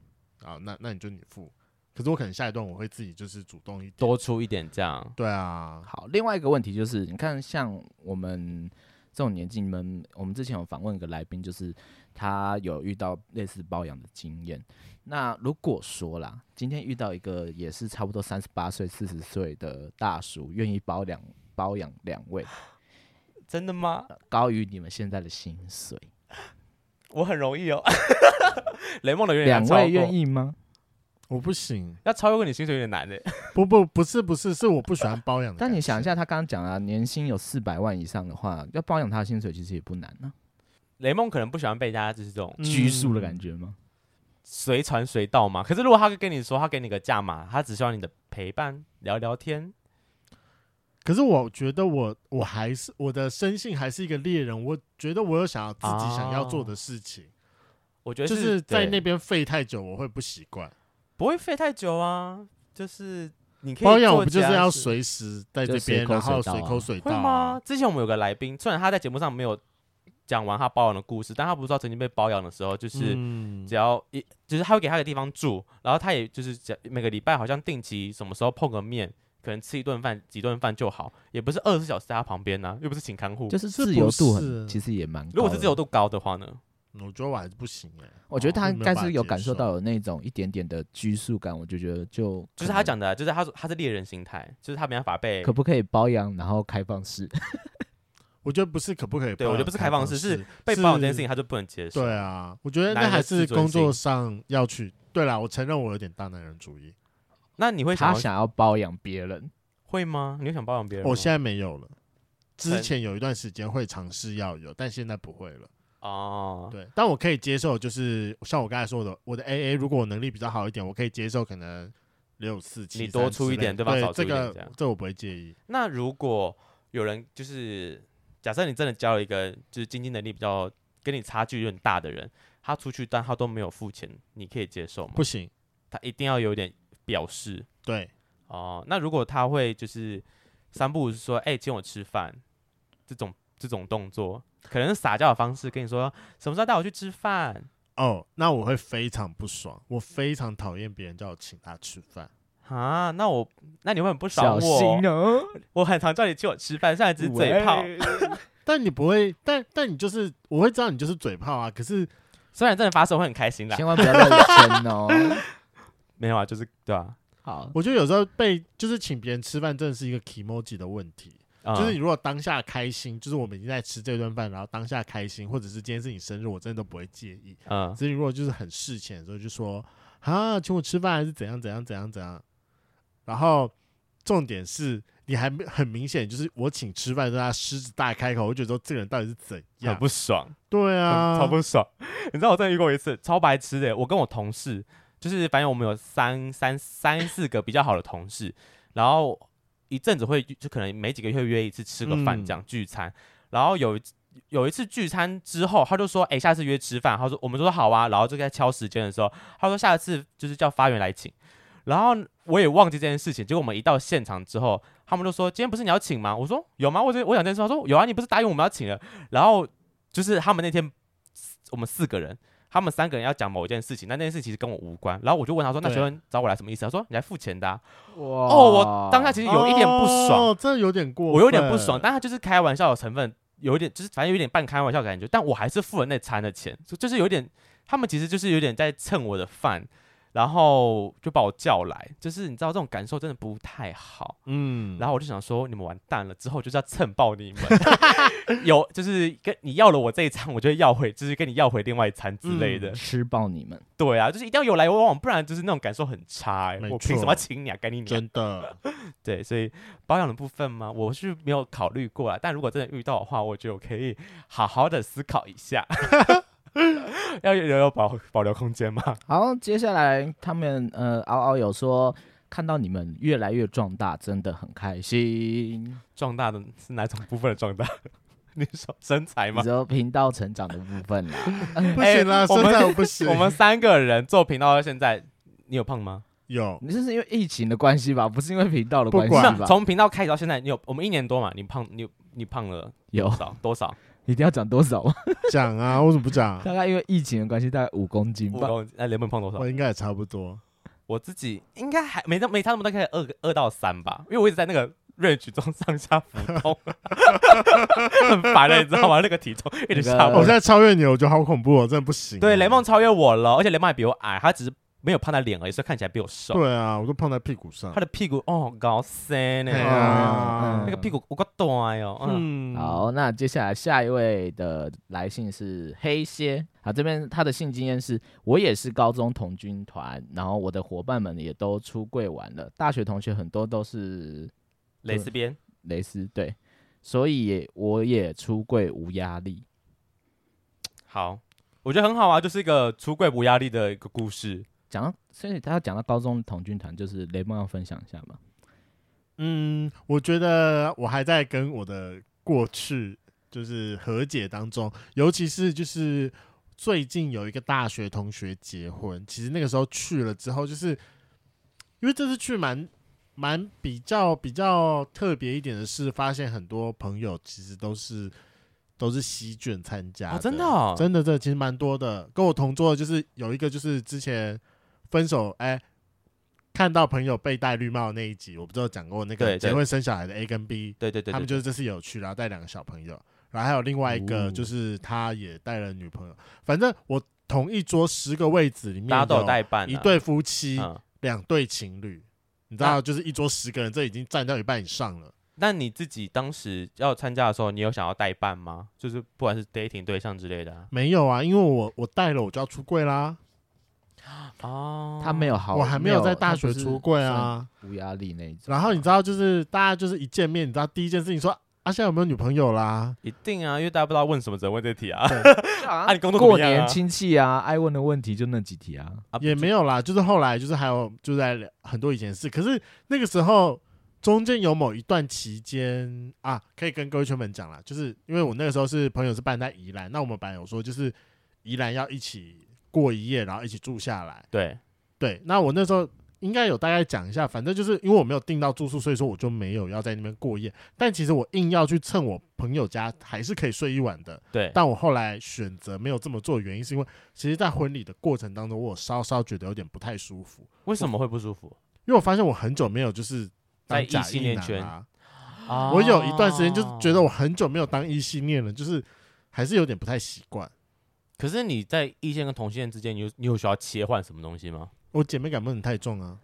Speaker 2: 啊，那那你就你付。可是我可能下一段我会自己就是主动一点。
Speaker 1: 多出一点这样。
Speaker 2: 对啊，
Speaker 3: 好，另外一个问题就是，你看像我们这种年纪，你们我们之前有访问一个来宾，就是他有遇到类似包养的经验。那如果说啦，今天遇到一个也是差不多三十八岁、四十岁的大叔，愿意包两包养两位，
Speaker 1: 真的吗？
Speaker 3: 高于你们现在的薪水，
Speaker 1: 我很容易哦。 雷梦的有点
Speaker 3: 两
Speaker 1: 难啊
Speaker 3: 位
Speaker 1: 超
Speaker 3: 愿
Speaker 1: 过，
Speaker 3: 意吗？
Speaker 2: 我不行，
Speaker 1: 要超过你薪水有点难的。
Speaker 2: 不不不是不是，是我不喜欢包养的感觉。嗯
Speaker 3: 但你想一下，他刚刚讲了、年薪有四百万以上的话，要包养他的薪水其实也不难呢、
Speaker 1: 雷梦可能不喜欢被大家就是这种
Speaker 2: 嗯
Speaker 3: 拘束的感觉吗？
Speaker 1: 嗯随传随到嘛。可是如果他跟你说他给你个价码，他只需要你的陪伴、聊聊天，
Speaker 2: 可是我觉得我我还是我的生性还是一个猎人，我觉得我有想要自己想要
Speaker 3: 哦
Speaker 2: 做的事情，
Speaker 1: 我觉得
Speaker 2: 就是在那
Speaker 1: 对
Speaker 2: 边费太久我会不习惯。
Speaker 1: 不会费太久啊。就是你可以
Speaker 2: 包养
Speaker 1: 做
Speaker 2: 我不就是
Speaker 1: 其他
Speaker 2: 要
Speaker 1: 事
Speaker 2: 随时在
Speaker 3: 就
Speaker 2: 这
Speaker 3: 随
Speaker 2: 边，
Speaker 3: 口
Speaker 2: 然后
Speaker 3: 随
Speaker 2: 随
Speaker 3: 到啊
Speaker 2: 口水
Speaker 1: 会
Speaker 2: 到、啊
Speaker 1: 吗？？之前我们有个来宾，虽然他在节目上没有讲完他包养的故事，但他不知道曾经被包养的时候，就是。
Speaker 2: 嗯
Speaker 1: 只要一就是他会给他个地方住，然后他也就是只每个礼拜好像定期什么时候碰个面，可能吃一顿饭几顿饭就好，也不是二十四小时在他旁边呢、又不是请看护。
Speaker 3: 就是
Speaker 2: 是哦
Speaker 3: 自
Speaker 2: 不
Speaker 3: 由度
Speaker 2: 是
Speaker 3: 很，其实也蛮高的。
Speaker 1: 如果是自由度高的话呢，
Speaker 2: 我觉得我还是不行哎、
Speaker 3: 我觉得
Speaker 2: 哦
Speaker 3: 他应该是有感受。
Speaker 2: 我没有办法接
Speaker 3: 到有那种一点点的拘束感，我就觉得就
Speaker 1: 就
Speaker 3: 就是
Speaker 1: 他讲的，就是他说他是猎人心态，就是他没办法被
Speaker 3: 可。不可以包养，然后开放式，
Speaker 2: 受我觉得不是可不可以包养，
Speaker 1: 对我觉得不是开放式是
Speaker 2: 是
Speaker 1: 被包养这件事
Speaker 2: 是
Speaker 1: 情，他就不能接受。
Speaker 2: 对啊，我觉得
Speaker 1: 男
Speaker 2: 那
Speaker 1: 人的
Speaker 2: 还
Speaker 1: 自
Speaker 2: 是
Speaker 1: 尊
Speaker 2: 工作
Speaker 1: 心
Speaker 2: 上要去。对啦，我承认我有点大男人主义，
Speaker 1: 那你会想
Speaker 3: 他
Speaker 1: 要
Speaker 3: 想要包养别人，
Speaker 1: 会吗？你会想包养别人吗？
Speaker 2: 我现在没有了。之
Speaker 1: 很
Speaker 2: 前有一段时间会尝试要有，但现在不会了。
Speaker 1: 哦，
Speaker 2: 对，但我可以接受，就是像我刚才说的，我的 A A 如果我能力比较好一点，我可以接受可能六四七，
Speaker 1: 你多出一点
Speaker 2: 对
Speaker 1: 对吧少出
Speaker 2: 这
Speaker 1: 一点
Speaker 2: 个
Speaker 1: 这样
Speaker 2: 这我不会介意。
Speaker 1: 那如果有人就是假设你真的交了一个就是经济能力比较跟你差距有点大的人，他出去但他都没有付钱，你可以接受吗？
Speaker 2: 不行，
Speaker 1: 他一定要有点表示
Speaker 2: 对，
Speaker 1: 哦。那如果他会就是三不五时说，哎、请我吃饭，这种这种动作，可能是撒娇的方式跟你说什么时候带我去吃饭
Speaker 2: 哦，那我会非常不爽，我非常讨厌别人叫我请他吃饭。
Speaker 1: 啊？那我那你会很不爽
Speaker 3: 小
Speaker 1: 我
Speaker 3: 心
Speaker 1: 哦，
Speaker 3: 哦，
Speaker 1: 我很常叫你请我吃饭，虽然只是嘴炮，
Speaker 3: 喂
Speaker 2: 但你不会，但但你就是我会知道你就是嘴炮啊。可是
Speaker 1: 虽然真的发生我会很开心啦，
Speaker 3: 千万不要认 真哦。
Speaker 1: 没有啊，就是对啊，
Speaker 3: 好，
Speaker 2: 我觉得有时候被就是请别人吃饭，真的是一个 emoji 的问题。
Speaker 1: 嗯
Speaker 2: 就是你如果当下开心，就是我们已经在吃这顿饭，然后当下开心，或者是今天是你生日，我真的都不会介意。
Speaker 1: 嗯
Speaker 2: 所以如果就是很事前的时候就说啊，请我吃饭还是怎样怎样怎样怎样，然后重点是你还没很明显就是我请吃饭，让他狮子大开口，我就觉得说这个人到底是怎
Speaker 1: 很
Speaker 2: 样？
Speaker 1: 不爽。
Speaker 2: 对啊，
Speaker 1: 超不爽。 你知道我真的遇过一次超白痴的，我跟我同事，就是反正我们有三三三四个比较好的同事，然后一阵子会就可能每几个月会约一次吃个饭
Speaker 2: 嗯
Speaker 1: 这样、聚餐，然后有一次有一次聚餐之后，他就说：“哎、下次约吃饭。”他说：“我们说好啊。”然后就在敲时间的时候，他说：“下次就是叫发源来请。”然后我也忘记这件事情。结果我们一到现场之后，他们就说：“今天不是你要请吗？”我说：“有吗？”我这我想这件事。他说：“有啊，你不是答应我们要请了。”然后就是他们那天我们四个人，他们三个人要讲某一件事情，那那件事其实跟我无关。然后我就问他说：“那
Speaker 2: 对
Speaker 1: 学生找我来什么意思？”他说：“你来付钱的啊、
Speaker 3: 哇，
Speaker 1: 哦，我当下其实有一点不爽，
Speaker 2: 哦，这有点过，
Speaker 1: 我有点不爽，。但他就是开玩笑的成分，有一点就是反正有点半开玩笑的感觉，但我还是付了那餐的钱，就就是有点，他们其实就是有点在蹭我的饭，然后就把我叫来，就是你知道这种感受真的不太好，
Speaker 2: 嗯，
Speaker 1: 然后我就想说你们完蛋了，之后就是要蹭爆你们， 有就是跟你要了我这一餐，我就会要回，就是跟你要回另外一餐之类
Speaker 2: 嗯
Speaker 1: 的，
Speaker 3: 吃爆你们，
Speaker 1: 对啊，就是一定要有来有往，不然就是那种感受很差、欸，
Speaker 2: 没
Speaker 1: 我凭什么要
Speaker 2: 错
Speaker 1: 请你啊，干你娘！
Speaker 2: 真的，
Speaker 1: 对，所以保养的部分嘛，我是没有考虑过啊啦。但如果真的遇到的话，我觉得我可以好好的思考一 下，要有有保保留空间吗？
Speaker 3: 好，接下来他们呃，嗷嗷有说看到你们越来越壮大，真的很开心。
Speaker 1: 壮大的是哪种部分的壮大？ 你说身材
Speaker 3: 你
Speaker 1: 吗？
Speaker 3: 说频道成长的部分 啦，
Speaker 2: 不行啦，
Speaker 1: 哎我
Speaker 2: 身
Speaker 1: 们
Speaker 2: 材我不行。
Speaker 1: 我们三个人做频道到现在，你有胖吗？
Speaker 2: 有
Speaker 3: 你这是因为疫情的关系吧？不是因为频道的
Speaker 2: 不
Speaker 3: 关系
Speaker 2: 管
Speaker 1: 那
Speaker 3: 吧？
Speaker 1: 从频道开始到现在，你有我们一年多嘛？你胖你你胖了
Speaker 3: 有
Speaker 1: 多少 多少？
Speaker 3: 一定要讲多少吗？
Speaker 2: 讲啊，为什么 不讲？
Speaker 3: 大概因为疫情的关系，大概五公斤
Speaker 1: 五
Speaker 3: 吧。
Speaker 1: 公斤哎，雷梦胖多少
Speaker 2: 我？应该也差 不多。
Speaker 1: 我自己应该还没到没差那么多，大概二个二到三吧，因为我一直在那个 range 中上下浮动，很烦的，你知道吗？那个体重一直下
Speaker 3: 那
Speaker 1: 不
Speaker 3: 个
Speaker 2: 我
Speaker 1: 来
Speaker 2: 现在超越你，我觉得好恐怖哦，真的不行。
Speaker 1: 呃对，雷梦，超越我了，而且雷梦还比我矮，他只是没有胖在脸而已，所以看起来比我瘦。
Speaker 2: 对啊，我都碰在屁股上
Speaker 1: 他。的屁股哦，高深
Speaker 2: 对
Speaker 1: 呢，
Speaker 2: 啊
Speaker 3: 哎嗯
Speaker 1: 哦那个屁股我够短哦。嗯，
Speaker 2: 嗯，
Speaker 3: 好，那接下来下一位的来信是黑蝎。好，这边他的性经验是，我也是高中童军团，然后我的伙伴们也都出柜玩了，大学同学很多都是
Speaker 1: 蕾丝边，
Speaker 3: 蕾丝，对，所以也我也出柜无压力。
Speaker 1: 好，我觉得很好啊，就是一个出柜无压力的一个故事。
Speaker 3: 讲到，所以他要讲到高中童军团，就是雷梦要分享一下嘛。
Speaker 2: 嗯，我觉得我还在跟我的过去就是和解当中，尤其是就是最近有一个大学同学结婚，其实那个时候去了之后，就是因为这次去蛮蛮比较比较特别一点的是，发现很多朋友其实都是都是席卷参加
Speaker 1: 哦，真的哦，
Speaker 2: 真的，这其实蛮多的。跟我同桌的就是有一个，就是之前分手，哎、看到朋友被戴绿帽那一集，我不知道讲过那
Speaker 1: 对
Speaker 2: 个
Speaker 1: 对
Speaker 2: 结婚生小孩的 A 跟 B，
Speaker 1: 对对对，
Speaker 2: 他们
Speaker 1: 对
Speaker 2: 就是这次有去，然后带两个小朋友，然后还有另外一个
Speaker 3: 哦
Speaker 2: 就是他也带了女朋友。反正我同一桌十个位置里面，
Speaker 1: 大家都有代办啊，
Speaker 2: 一对夫妻，
Speaker 1: 嗯。
Speaker 2: 两对情侣。你知道，就是一桌十个人，这已经占掉一半以上了。
Speaker 1: 那你自己当时要参加的时候，你有想要代办吗？就是不管是 dating 对象之类的啊。
Speaker 2: 没有啊，因为我我带了，我就要出柜啦。
Speaker 1: 哦
Speaker 3: 他没有好，
Speaker 2: 我还没
Speaker 3: 有
Speaker 2: 有在大
Speaker 3: 他不
Speaker 2: 学
Speaker 3: 是
Speaker 2: 出柜
Speaker 3: 算
Speaker 2: 啊。
Speaker 3: 无压力那一种。
Speaker 2: 然后你知道，就是大家就是一见面，你知道第一件事情说啊，现在有没有女朋友啦？
Speaker 1: 一定啊，因为大家不知道问什么，只能问这题啊。 啊，
Speaker 3: 道
Speaker 1: 你工作怎
Speaker 3: 过
Speaker 1: 么样
Speaker 3: 年
Speaker 1: 啊？
Speaker 3: 亲戚啊，爱问的问题就那几题啊。
Speaker 1: 啊
Speaker 2: 也没有啦，就是后来就是还有就是在聊很多以前的事，可是那个时候中间有某一段期间啊，可以跟各位圈粉讲啦，就是因为我那个时候是朋友是办在宜兰，那我们本来有说就是宜兰要一起过一夜，然后一起住下来。
Speaker 1: 对，
Speaker 2: 对，那我那时候应该有大概讲一下，反正就是因为我没有订到住宿，所以说我就没有要在那边过夜。但其实我硬要去蹭我朋友家，还是可以睡一晚的。
Speaker 1: 对，
Speaker 2: 但我后来选择没有这么做，的原因是因为其实，在婚礼的过程当中，我有稍稍觉得有点不太舒服，
Speaker 1: 为什么会不舒服
Speaker 2: 因为我发现我很久没有就是当
Speaker 1: 在异
Speaker 2: 假
Speaker 1: 性
Speaker 2: 意
Speaker 1: 恋
Speaker 2: 男
Speaker 1: 圈
Speaker 2: 啊
Speaker 1: 啊
Speaker 2: 我有一段时间就是觉得我，很久没有当异性恋了，就是还是有点不太习惯。
Speaker 1: 可是你在异性跟同性恋之间，你有你有需要切换什么东西吗？
Speaker 2: 我姐妹感不能太重啊，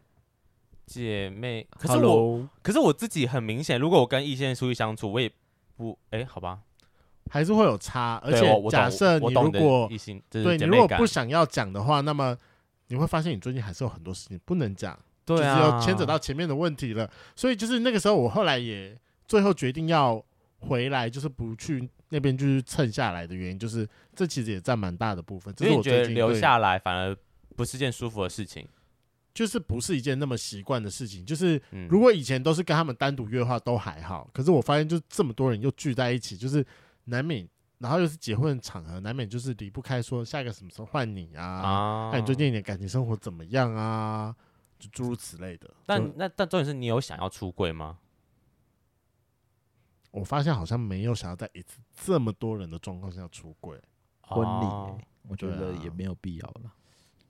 Speaker 1: 姐妹，可是我，
Speaker 3: Hello，
Speaker 1: 可是我自己很明显，如果我跟异性恋出去相处，我也不，哎，好吧，
Speaker 2: 还是会有差。而
Speaker 1: 对我
Speaker 2: 且
Speaker 1: 我懂
Speaker 2: 假设
Speaker 1: 我
Speaker 2: 你
Speaker 1: 懂
Speaker 2: 如
Speaker 1: 的
Speaker 2: 果
Speaker 1: 异性，就是
Speaker 2: 对你
Speaker 1: 姐
Speaker 2: 如
Speaker 1: 妹
Speaker 2: 果
Speaker 1: 感
Speaker 2: 不想要讲的话，那么你会发现你最近还是有很多事情不能讲，就
Speaker 1: 对
Speaker 2: 是
Speaker 1: 啊，
Speaker 2: 要牵扯到前面的问题了。所以就是那个时候，我后来也最后决定要回来，就是不去那边就是蹭下来的原因，就是这其实也占蛮大的部分。
Speaker 1: 所
Speaker 2: 这是
Speaker 1: 以
Speaker 2: 我
Speaker 1: 你觉
Speaker 2: 最
Speaker 1: 得
Speaker 2: 近
Speaker 1: 留
Speaker 2: 对
Speaker 1: 下来反而不是件舒服的事情。
Speaker 2: 就是不是一件那么习惯的事情，就是。
Speaker 1: 嗯，
Speaker 2: 如果以前都是跟他们单独约的话都还好，可是我发现就这么多人又聚在一起，就是难免，然后又是结婚的场合，难免就是离不开说下一个什么时候换你
Speaker 1: 啊，
Speaker 2: 那你最近你的感情生活怎么样啊？就诸如此类的。
Speaker 1: 但
Speaker 2: 就
Speaker 1: 那但重点是你有想要出柜吗？
Speaker 2: 我发现好像没有想要在一次这么多人的状况下出轨。
Speaker 3: 婚礼
Speaker 1: 哦
Speaker 3: 欸我觉
Speaker 2: 对
Speaker 3: 得
Speaker 2: 啊
Speaker 3: 也没有必要 了。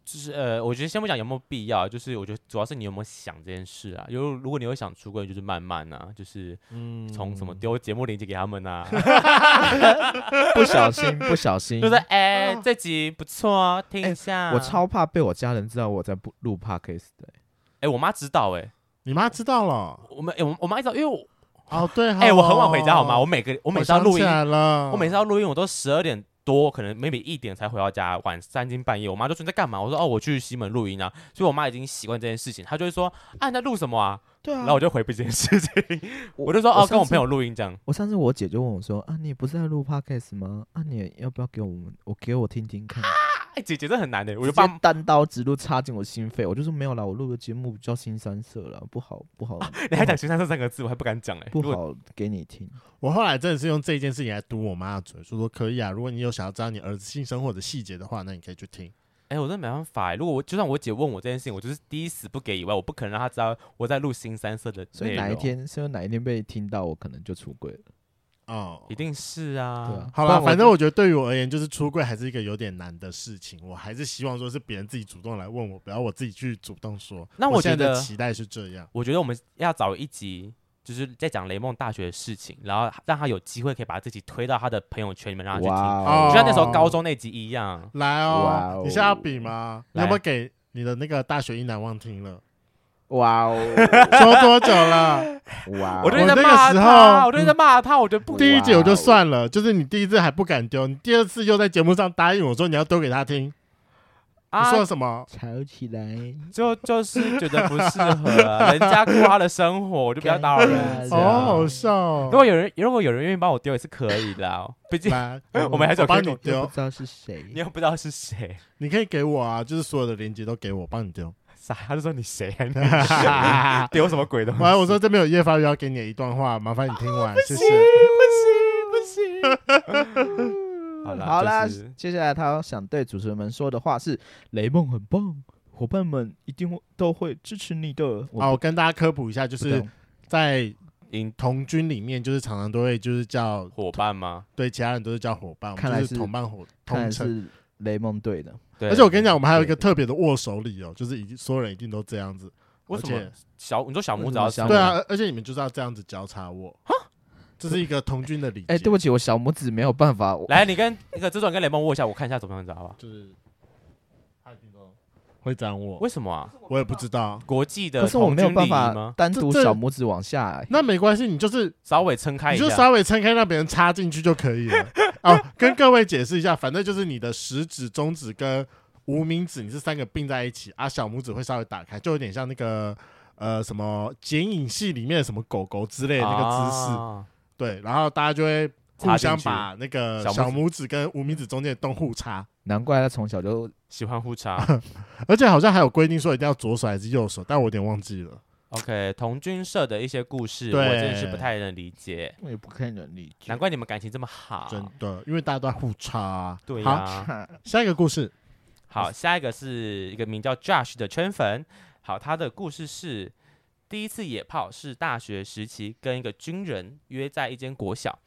Speaker 1: 就是呃，我觉得先不讲有没有必要，就是我觉得主要是你有没有想这件事啊。如如果你有想出柜，就是慢慢啊，就是
Speaker 2: 嗯
Speaker 1: 从什么丢节目链接给他们 啊，
Speaker 3: 不小心，不小心，
Speaker 1: 就是哎、
Speaker 2: 嗯
Speaker 1: 这集不错啊，
Speaker 2: 哎
Speaker 1: 听一下。
Speaker 3: 我超怕被我家人知道我在不录 podcast 的、欸。
Speaker 1: 哎，我妈知道哎、
Speaker 2: 你妈知道了？
Speaker 1: 我们哎我我妈知道，因为我
Speaker 2: 哦，对哦，
Speaker 1: 哎、我很晚回家好吗？我每个我
Speaker 2: 我
Speaker 1: 每次要录
Speaker 2: 想起
Speaker 1: 音，
Speaker 2: 来
Speaker 3: 嗯
Speaker 2: 了，
Speaker 1: 我每次要录音我都十二点。多可能 maybe 一点才回到家，晚三更半夜，我妈就说你在干嘛？我说哦，我去西门录音啊，所以我妈已经习惯这件事情，她就会说啊你在录什么啊？
Speaker 3: 嗯
Speaker 2: 对啊，
Speaker 1: 然后我就回避这件事情， 我就说哦，跟我朋友。录音这样。
Speaker 3: 我上次我姐就问我说：“啊，你不是在录 podcast 吗？啊，你要不要给我们，我给我听听看？”
Speaker 1: 哎，姐姐这很难的， 我
Speaker 3: 直
Speaker 1: 就
Speaker 3: 接
Speaker 1: 帮
Speaker 3: 单刀直入插进我心肺，我就说没有啦，我录的节目比较新三色啦，不好不好，
Speaker 1: 你还讲“新三色”三个字，我还不敢讲哎。
Speaker 3: 嗯不
Speaker 1: 如果
Speaker 3: 好给你听。
Speaker 2: 我后来真的是用这件事情来堵我妈的嘴，说说可以啊，如果你有想要知道你儿子性生活的细节的话，那你可以去听。
Speaker 1: 哎、我真的没办法、欸。如果我就算我姐问我这件事情，我就是第一死不给以外，我不可能让她知道我在录新三色的。
Speaker 3: 所以哪一？天，所以哪一天被听到，我可能就出轨了，
Speaker 2: 哦
Speaker 1: 一。定是啊。
Speaker 3: 对啊。
Speaker 2: 好
Speaker 3: 不
Speaker 2: 了，
Speaker 3: 然
Speaker 2: 反正我觉得对于我而言，就是出柜还是一个有点难的事情。我还是希望说是别人自己主动来问我，不要我自己去主动说。
Speaker 1: 那
Speaker 2: 我
Speaker 1: 我觉
Speaker 2: 现在的
Speaker 1: 得
Speaker 2: 期待是这样。
Speaker 1: 我觉得我们要找一集，就是在讲雷梦大学的事情，然后让他有机会可以把自己推到他的朋友圈里面，让他去听，
Speaker 3: 哇
Speaker 2: 哦
Speaker 1: 就
Speaker 3: 哦，
Speaker 1: 像那时候高中那集一样。
Speaker 2: 来
Speaker 3: 哇
Speaker 2: 哦
Speaker 3: 哦，
Speaker 2: 你现在要比吗？你
Speaker 1: 来
Speaker 2: 有没有给你的那个大学一难忘听了？
Speaker 3: 哇哦，
Speaker 2: 说多久了？
Speaker 3: 哇哦，
Speaker 1: 我
Speaker 2: 觉
Speaker 1: 就
Speaker 2: 得
Speaker 1: 在
Speaker 2: 啊那个
Speaker 1: 骂
Speaker 2: 时
Speaker 1: 他，
Speaker 2: 候嗯
Speaker 1: 我就在骂他，我觉得不
Speaker 3: 哇
Speaker 2: 第一集我就算了，就是你第一次还不敢丢，你第二次又在节目上答应我说你要丢给他听，你
Speaker 1: 啊
Speaker 2: 说，了什么？
Speaker 3: 吵起来，
Speaker 1: 就就是觉得不适合啊，人家过他的生活，我就不要打扰人家。
Speaker 3: 对啊
Speaker 2: 哦，好笑
Speaker 1: 如
Speaker 2: 哦。
Speaker 1: 果有人如果有人愿意帮我丢也是可以的啊，毕 竟
Speaker 2: 来，
Speaker 1: 我们还是有
Speaker 2: 我帮
Speaker 1: 可以
Speaker 2: 你
Speaker 3: 又不
Speaker 2: 丢，
Speaker 3: 知道是谁
Speaker 1: 哦你，又不知道是谁，
Speaker 2: 你可以给我啊，就是所有的链接都给我，帮你丢。
Speaker 1: 傻，他就说你谁啊？ 你谁 丢什么鬼东西？
Speaker 2: 完了，我说这边有叶发语要给你的一段话，麻烦你听完，谢谢。
Speaker 1: 不行不行。 好啦，
Speaker 3: 好啦
Speaker 1: 就是，
Speaker 3: 接下来他想对主持人们说的话是：雷梦很棒，伙伴们一定会都会支持你的。
Speaker 2: 好，
Speaker 1: 哦
Speaker 2: 我跟大家科普一下，就是
Speaker 3: 懂
Speaker 2: 在
Speaker 1: 因
Speaker 2: 童军里面，就是常常都会就是叫
Speaker 1: 伙伴吗？
Speaker 2: 对其他人都是叫伙伴，我
Speaker 3: 看来
Speaker 2: 们就是
Speaker 3: 是
Speaker 2: 同伴伙
Speaker 3: 看来
Speaker 2: 同城。
Speaker 3: 是雷梦对的，
Speaker 1: 对，
Speaker 2: 而且我跟你讲，我们还有一个特别的握手礼哦，就是已经所有人一定都这样子，
Speaker 1: 为
Speaker 2: 而
Speaker 1: 什么
Speaker 2: 且
Speaker 1: 小你说小拇指
Speaker 3: 为
Speaker 1: 要
Speaker 3: 什么小
Speaker 2: 对啊，而而且你们就是要这样子交叉握，这是一个童军的礼节。
Speaker 3: 哎、对不起，我小拇指没有办法，我
Speaker 1: 来，你跟那个制作人跟雷蒙握一下，我看一下怎么样子，好不好？
Speaker 2: 就是他一定都会这样握，
Speaker 1: 为什么啊？
Speaker 2: 我也不知道。
Speaker 1: 国际的
Speaker 3: 可是我
Speaker 1: 童
Speaker 3: 没有
Speaker 1: 军呃
Speaker 3: 办
Speaker 1: 礼仪
Speaker 3: 法
Speaker 1: 吗？
Speaker 3: 单独
Speaker 2: 这这
Speaker 3: 小拇指往下、哎
Speaker 2: 那没关系，你就是
Speaker 1: 稍微撑开
Speaker 2: 你
Speaker 1: 一
Speaker 2: 就
Speaker 1: 下，
Speaker 2: 稍微撑开，让别人插进去就可以了。哦，跟各位解释一下，反正就是你的食指、中指跟无名指，你是三个并在一起，啊，小拇指会稍微打开，就有点像那个呃什么剪影戏里面的什么狗狗之类的那个姿势。
Speaker 1: 啊
Speaker 2: 对，然后大家就会互
Speaker 1: 插进
Speaker 2: 相
Speaker 1: 去
Speaker 2: 把那个
Speaker 1: 小拇指
Speaker 2: 小拇指跟无名指中间的洞互插，
Speaker 3: 难怪他从小就
Speaker 1: 喜欢互插。
Speaker 2: 而且好像还有规定说一定要左手还是右手，但我有点忘记了。
Speaker 1: OK，童军社的一些故事，我
Speaker 2: 对
Speaker 1: 真的是不太能理解，
Speaker 3: 我也不太能理解
Speaker 1: 难怪你们感情这么好。
Speaker 2: 真的，因为大家都在互插啊。
Speaker 1: 啊对呀、
Speaker 2: 好，下一个故事，
Speaker 1: 好，下一个是一个名叫 Josh 的圈粉。好，他的故事是第一次野炮是大学时期跟一个军人约在一间国小，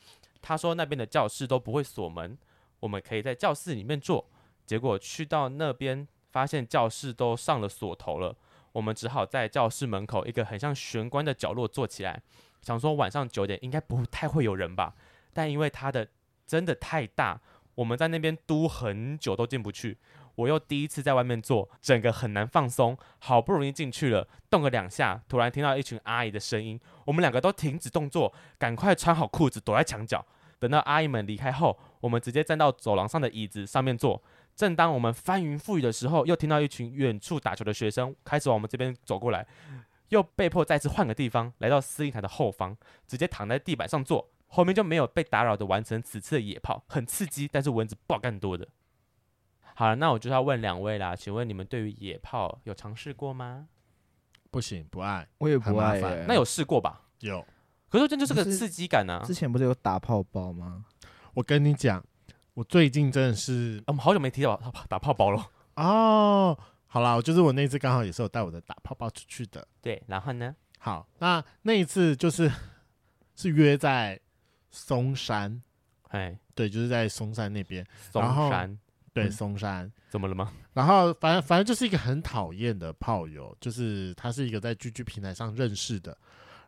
Speaker 1: 他说那边的教室都不会锁门，我们可以在教室里面坐。结果去到那边，发现教室都上了锁头了，我们只好在教室门口一个很像玄关的角落坐起来，想说晚上九点应该不太会有人吧，但因为他的真的太大，我们在那边嘟很久都进不去。我又第一次在外面坐，整个很难放松，好不容易进去了，动个两下，突然听到一群阿姨的声音，我们两个都停止动作，赶快穿好裤子躲在墙角。等到阿姨们离开后，我们直接站到走廊上的椅子上面坐。正当我们翻云覆雨的时候，又听到一群远处打球的学生开始往我们这边走过来，又被迫再次换个地方，来到司令台的后方，直接躺在地板上坐。后面就没有被打扰的完成此次的野炮，很刺激，但是蚊子爆干多的。好了，那我就要问两位啦，请问你们对于野炮有尝试过吗？
Speaker 2: 不行，不爱
Speaker 3: 我也不爱、
Speaker 2: 很麻
Speaker 3: 哎
Speaker 2: 烦
Speaker 1: 那有试过吧？
Speaker 2: 有。
Speaker 1: 可是这就是个
Speaker 3: 不是
Speaker 1: 刺激感呐、啊
Speaker 3: 之！前不是有打泡包吗？
Speaker 2: 我跟你讲，我最近真的是
Speaker 1: 啊我们好久没提到打打泡包了。
Speaker 2: 哦，好啦，就是我那一次刚好也是有带我的打泡泡出去的。
Speaker 1: 对，然后呢？
Speaker 2: 好，那那一次就是是约在松山，
Speaker 1: 哎，
Speaker 2: 对，就是在松山那边，
Speaker 1: 松
Speaker 2: 然后
Speaker 1: 山
Speaker 2: 对，
Speaker 1: 嗯
Speaker 2: 松山。
Speaker 1: 怎么了吗？
Speaker 2: 然后反正反正就是一个很讨厌的炮友，就是他是一个在居居平台上认识的，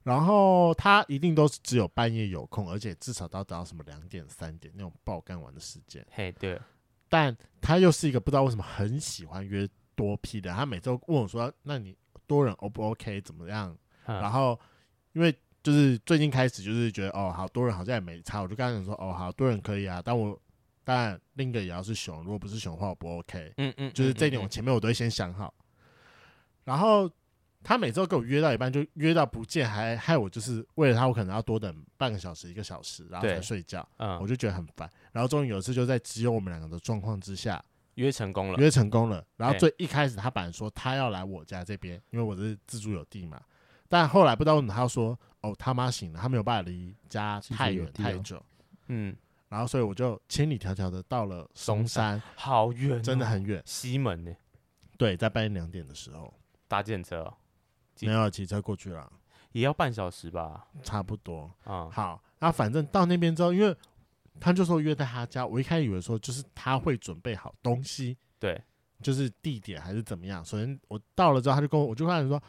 Speaker 2: 然后他一定都是只有半夜有空，而且至少都要等到什么两点三点那种爆干完的时间。
Speaker 1: 嘿，对，
Speaker 2: 但他又是一个不知道为什么很喜欢约多批的，他每周问我说：“那你多人 O 不 OK？怎么样？”然
Speaker 1: 嗯，
Speaker 2: 后因为就是最近开始就是觉得哦，好多人好像也没差，我就跟他讲说：“哦，好多人可以啊，但我当然另一个也要是熊，如果不是熊的话，我不 OK。”
Speaker 1: 嗯嗯，
Speaker 2: 就是这一
Speaker 1: 嗯
Speaker 2: 点，我前面我都会先想好。然后他每周跟我约到一半，就约到不见，还害我就是为了他，我可能要多等半个小时、一个小时，然后才
Speaker 1: 对
Speaker 2: 睡觉，
Speaker 1: 嗯
Speaker 2: 我
Speaker 1: 嗯，
Speaker 2: 就觉得很烦。然后终于有一次，就在只有我们两个的状况之下
Speaker 1: 约成功了。
Speaker 2: 约成功了。然后
Speaker 1: 哎
Speaker 2: 最一开始他本来说他要来我家这边，因为我是自助有地嘛，但后来不知道为什么他又说哦他妈醒了，他没有办法离家
Speaker 3: 自助
Speaker 2: 太
Speaker 3: 有
Speaker 2: 远
Speaker 3: 地
Speaker 2: 太
Speaker 3: 哦
Speaker 2: 久，
Speaker 1: 嗯，
Speaker 2: 然后所以我就千里迢迢的到了松山，
Speaker 1: 好远哦，
Speaker 2: 真的很远。
Speaker 1: 西门呢，
Speaker 2: 对，在半夜两点的时候，
Speaker 1: 搭电车哦几
Speaker 2: 没有骑车过去了，
Speaker 1: 也要半小时吧？
Speaker 2: 差不多。
Speaker 1: 啊，
Speaker 2: 好，然后反正到那边之后，因为他就说约在他家，我一开始以为说就是他会准备好东西，
Speaker 1: 对，
Speaker 2: 就是地点还是怎么样。首先我到了之后，他就跟我，我就开始说，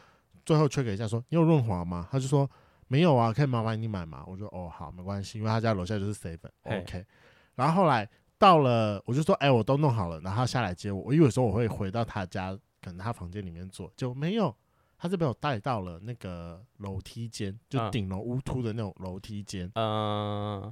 Speaker 2: 最后 check 一下说你有润滑吗？他就说没有啊，可以麻烦你买吗？我说哦好，没关系，因为他家楼下就是 seven，OK、
Speaker 1: 嘿
Speaker 2: OK 然后后来到了，我就说哎、我都弄好了，然后他下来接我。我以为说我会回到他家，可能他房间里面坐，结果没有。他是被我带到了那个楼梯间，就
Speaker 1: 嗯
Speaker 2: 顶楼屋突的那种楼梯间，
Speaker 1: 嗯，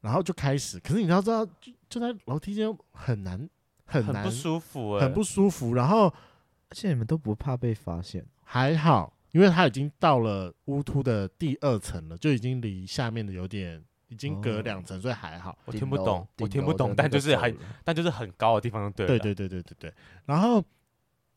Speaker 2: 然后就开始。可是你要知道，就就在楼梯间很难，很
Speaker 1: 很
Speaker 2: 难，
Speaker 1: 不舒服哎，
Speaker 2: 很不舒服。然后
Speaker 4: 而且你们都不怕被发现，
Speaker 2: 还好，因为他已经到了乌秃的第二层了，就已经离下面的有点，已经
Speaker 4: 哦
Speaker 2: 隔两层，所以还好。
Speaker 1: 我
Speaker 4: 顶
Speaker 1: 听不
Speaker 4: 楼
Speaker 1: 懂，
Speaker 4: 顶
Speaker 1: 我听不
Speaker 4: 楼的
Speaker 1: 懂，
Speaker 4: 那
Speaker 1: 但
Speaker 4: 个
Speaker 1: 就是
Speaker 4: 走
Speaker 1: 很
Speaker 4: 廊
Speaker 1: 但就是很高的地方，对
Speaker 2: 对
Speaker 1: 了，
Speaker 2: 对对对对对对。然后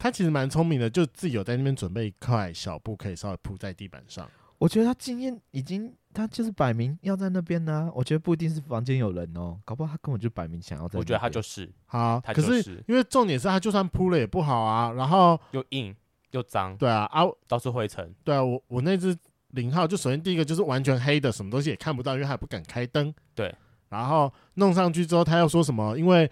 Speaker 2: 他其实蛮聪明的，就自己有在那边准备一块小布，可以稍微铺在地板上。
Speaker 4: 我觉得他经验已经，他就是摆明要在那边呢、我觉得不一定是房间有人哦，搞不好他根本就摆明想要在那边。
Speaker 1: 我觉得他就是
Speaker 2: 好，
Speaker 1: 他
Speaker 2: 可
Speaker 1: 就是是
Speaker 2: 因为重点是他就算铺了也不好啊。然后
Speaker 1: 又硬又脏，
Speaker 2: 对啊啊
Speaker 1: 到处灰尘，
Speaker 2: 对啊，我我那只零号就首先第一个就是完全黑的，什么东西也看不到，因为还不敢开灯。
Speaker 1: 对，
Speaker 2: 然后弄上去之后，他又说什么？因为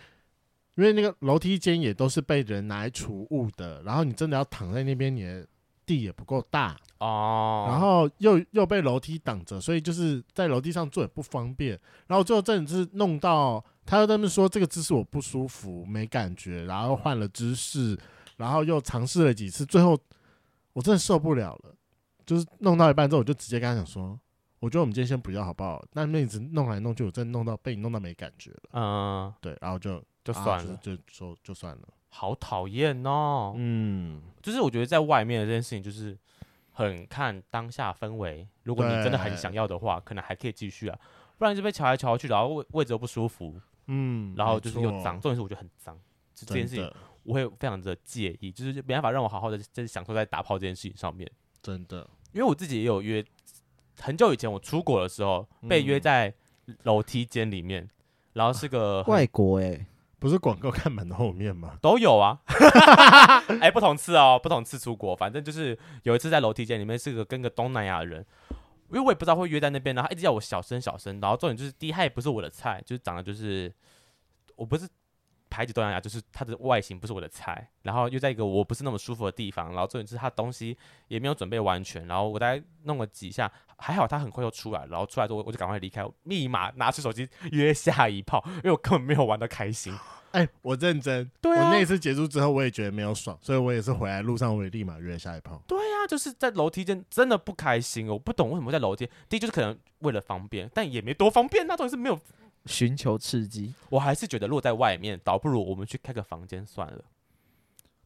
Speaker 2: 因为那个楼梯间也都是被人拿来储物的，然后你真的要躺在那边，你的地也不够大，
Speaker 1: 哦，
Speaker 2: 然后又又被楼梯挡着，所以就是在楼梯上坐也不方便。然后最后真的是弄到他又在那边说这个姿势我不舒服，没感觉，然后换了姿势，然后又尝试了几次，最后我真的受不了了，就是弄到一半之后，我就直接跟他讲说，我觉得我们今天先不要好不好？那那一直弄来弄去，我真的弄到被你弄到没感觉了，
Speaker 1: 嗯，
Speaker 2: 对，然后就
Speaker 1: 就
Speaker 2: 啊
Speaker 1: 算了，
Speaker 2: 就就就就算了，
Speaker 1: 好讨厌哦，
Speaker 2: 嗯，
Speaker 1: 就是我觉得在外面的这件事情，就是很看当下氛围。如果你真的很
Speaker 2: 对
Speaker 1: 想要的话，可能还可以继续啊，不然就被瞧来瞧去，然后位位置又不舒服，
Speaker 2: 嗯，
Speaker 1: 然后就是又
Speaker 2: 没错
Speaker 1: 脏。，重点是我觉得很脏，就这
Speaker 2: 真
Speaker 1: 件事情
Speaker 2: 的
Speaker 1: 我会非常的介意，就是没办法让我好好的在享受在打炮这件事情上面。
Speaker 2: 真的，
Speaker 1: 因为我自己也有约，很久以前我出国的时候
Speaker 2: 嗯
Speaker 1: 被约在楼梯间里面，然后是个很
Speaker 4: 外国哎、
Speaker 2: 不是广告看板的后面吗？
Speaker 1: 都有啊， 哎、不同次哦，不同次出国，反正就是有一次在楼梯间里面是个跟个东南亚人，因为我也不知道会约在那边，然后他一直叫我小声小声，然后重点就是第一他也不是我的菜，就是长得就是我不是排挤东南亚，就是他的外形不是我的菜，然后又在一个我不是那么舒服的地方，然后重点是他东西也没有准备完全，然后我大概弄了几下，还好他很快就出来，然后出来之后我就赶快离开，我立马拿出手机约下一炮，因为我根本没有玩的开心，
Speaker 2: 哎、我认真，
Speaker 1: 对啊
Speaker 2: 我那一次结束之后，我也觉得没有爽，所以我也是回来路上，我也立马约下一炮。
Speaker 1: 对啊，就是在楼梯间真的不开心，我不懂为什么在楼梯。第一就是可能为了方便，但也没多方便，那当然是没有。
Speaker 4: 寻求刺激，
Speaker 1: 我还是觉得落在外面，倒不如我们去开个房间算了。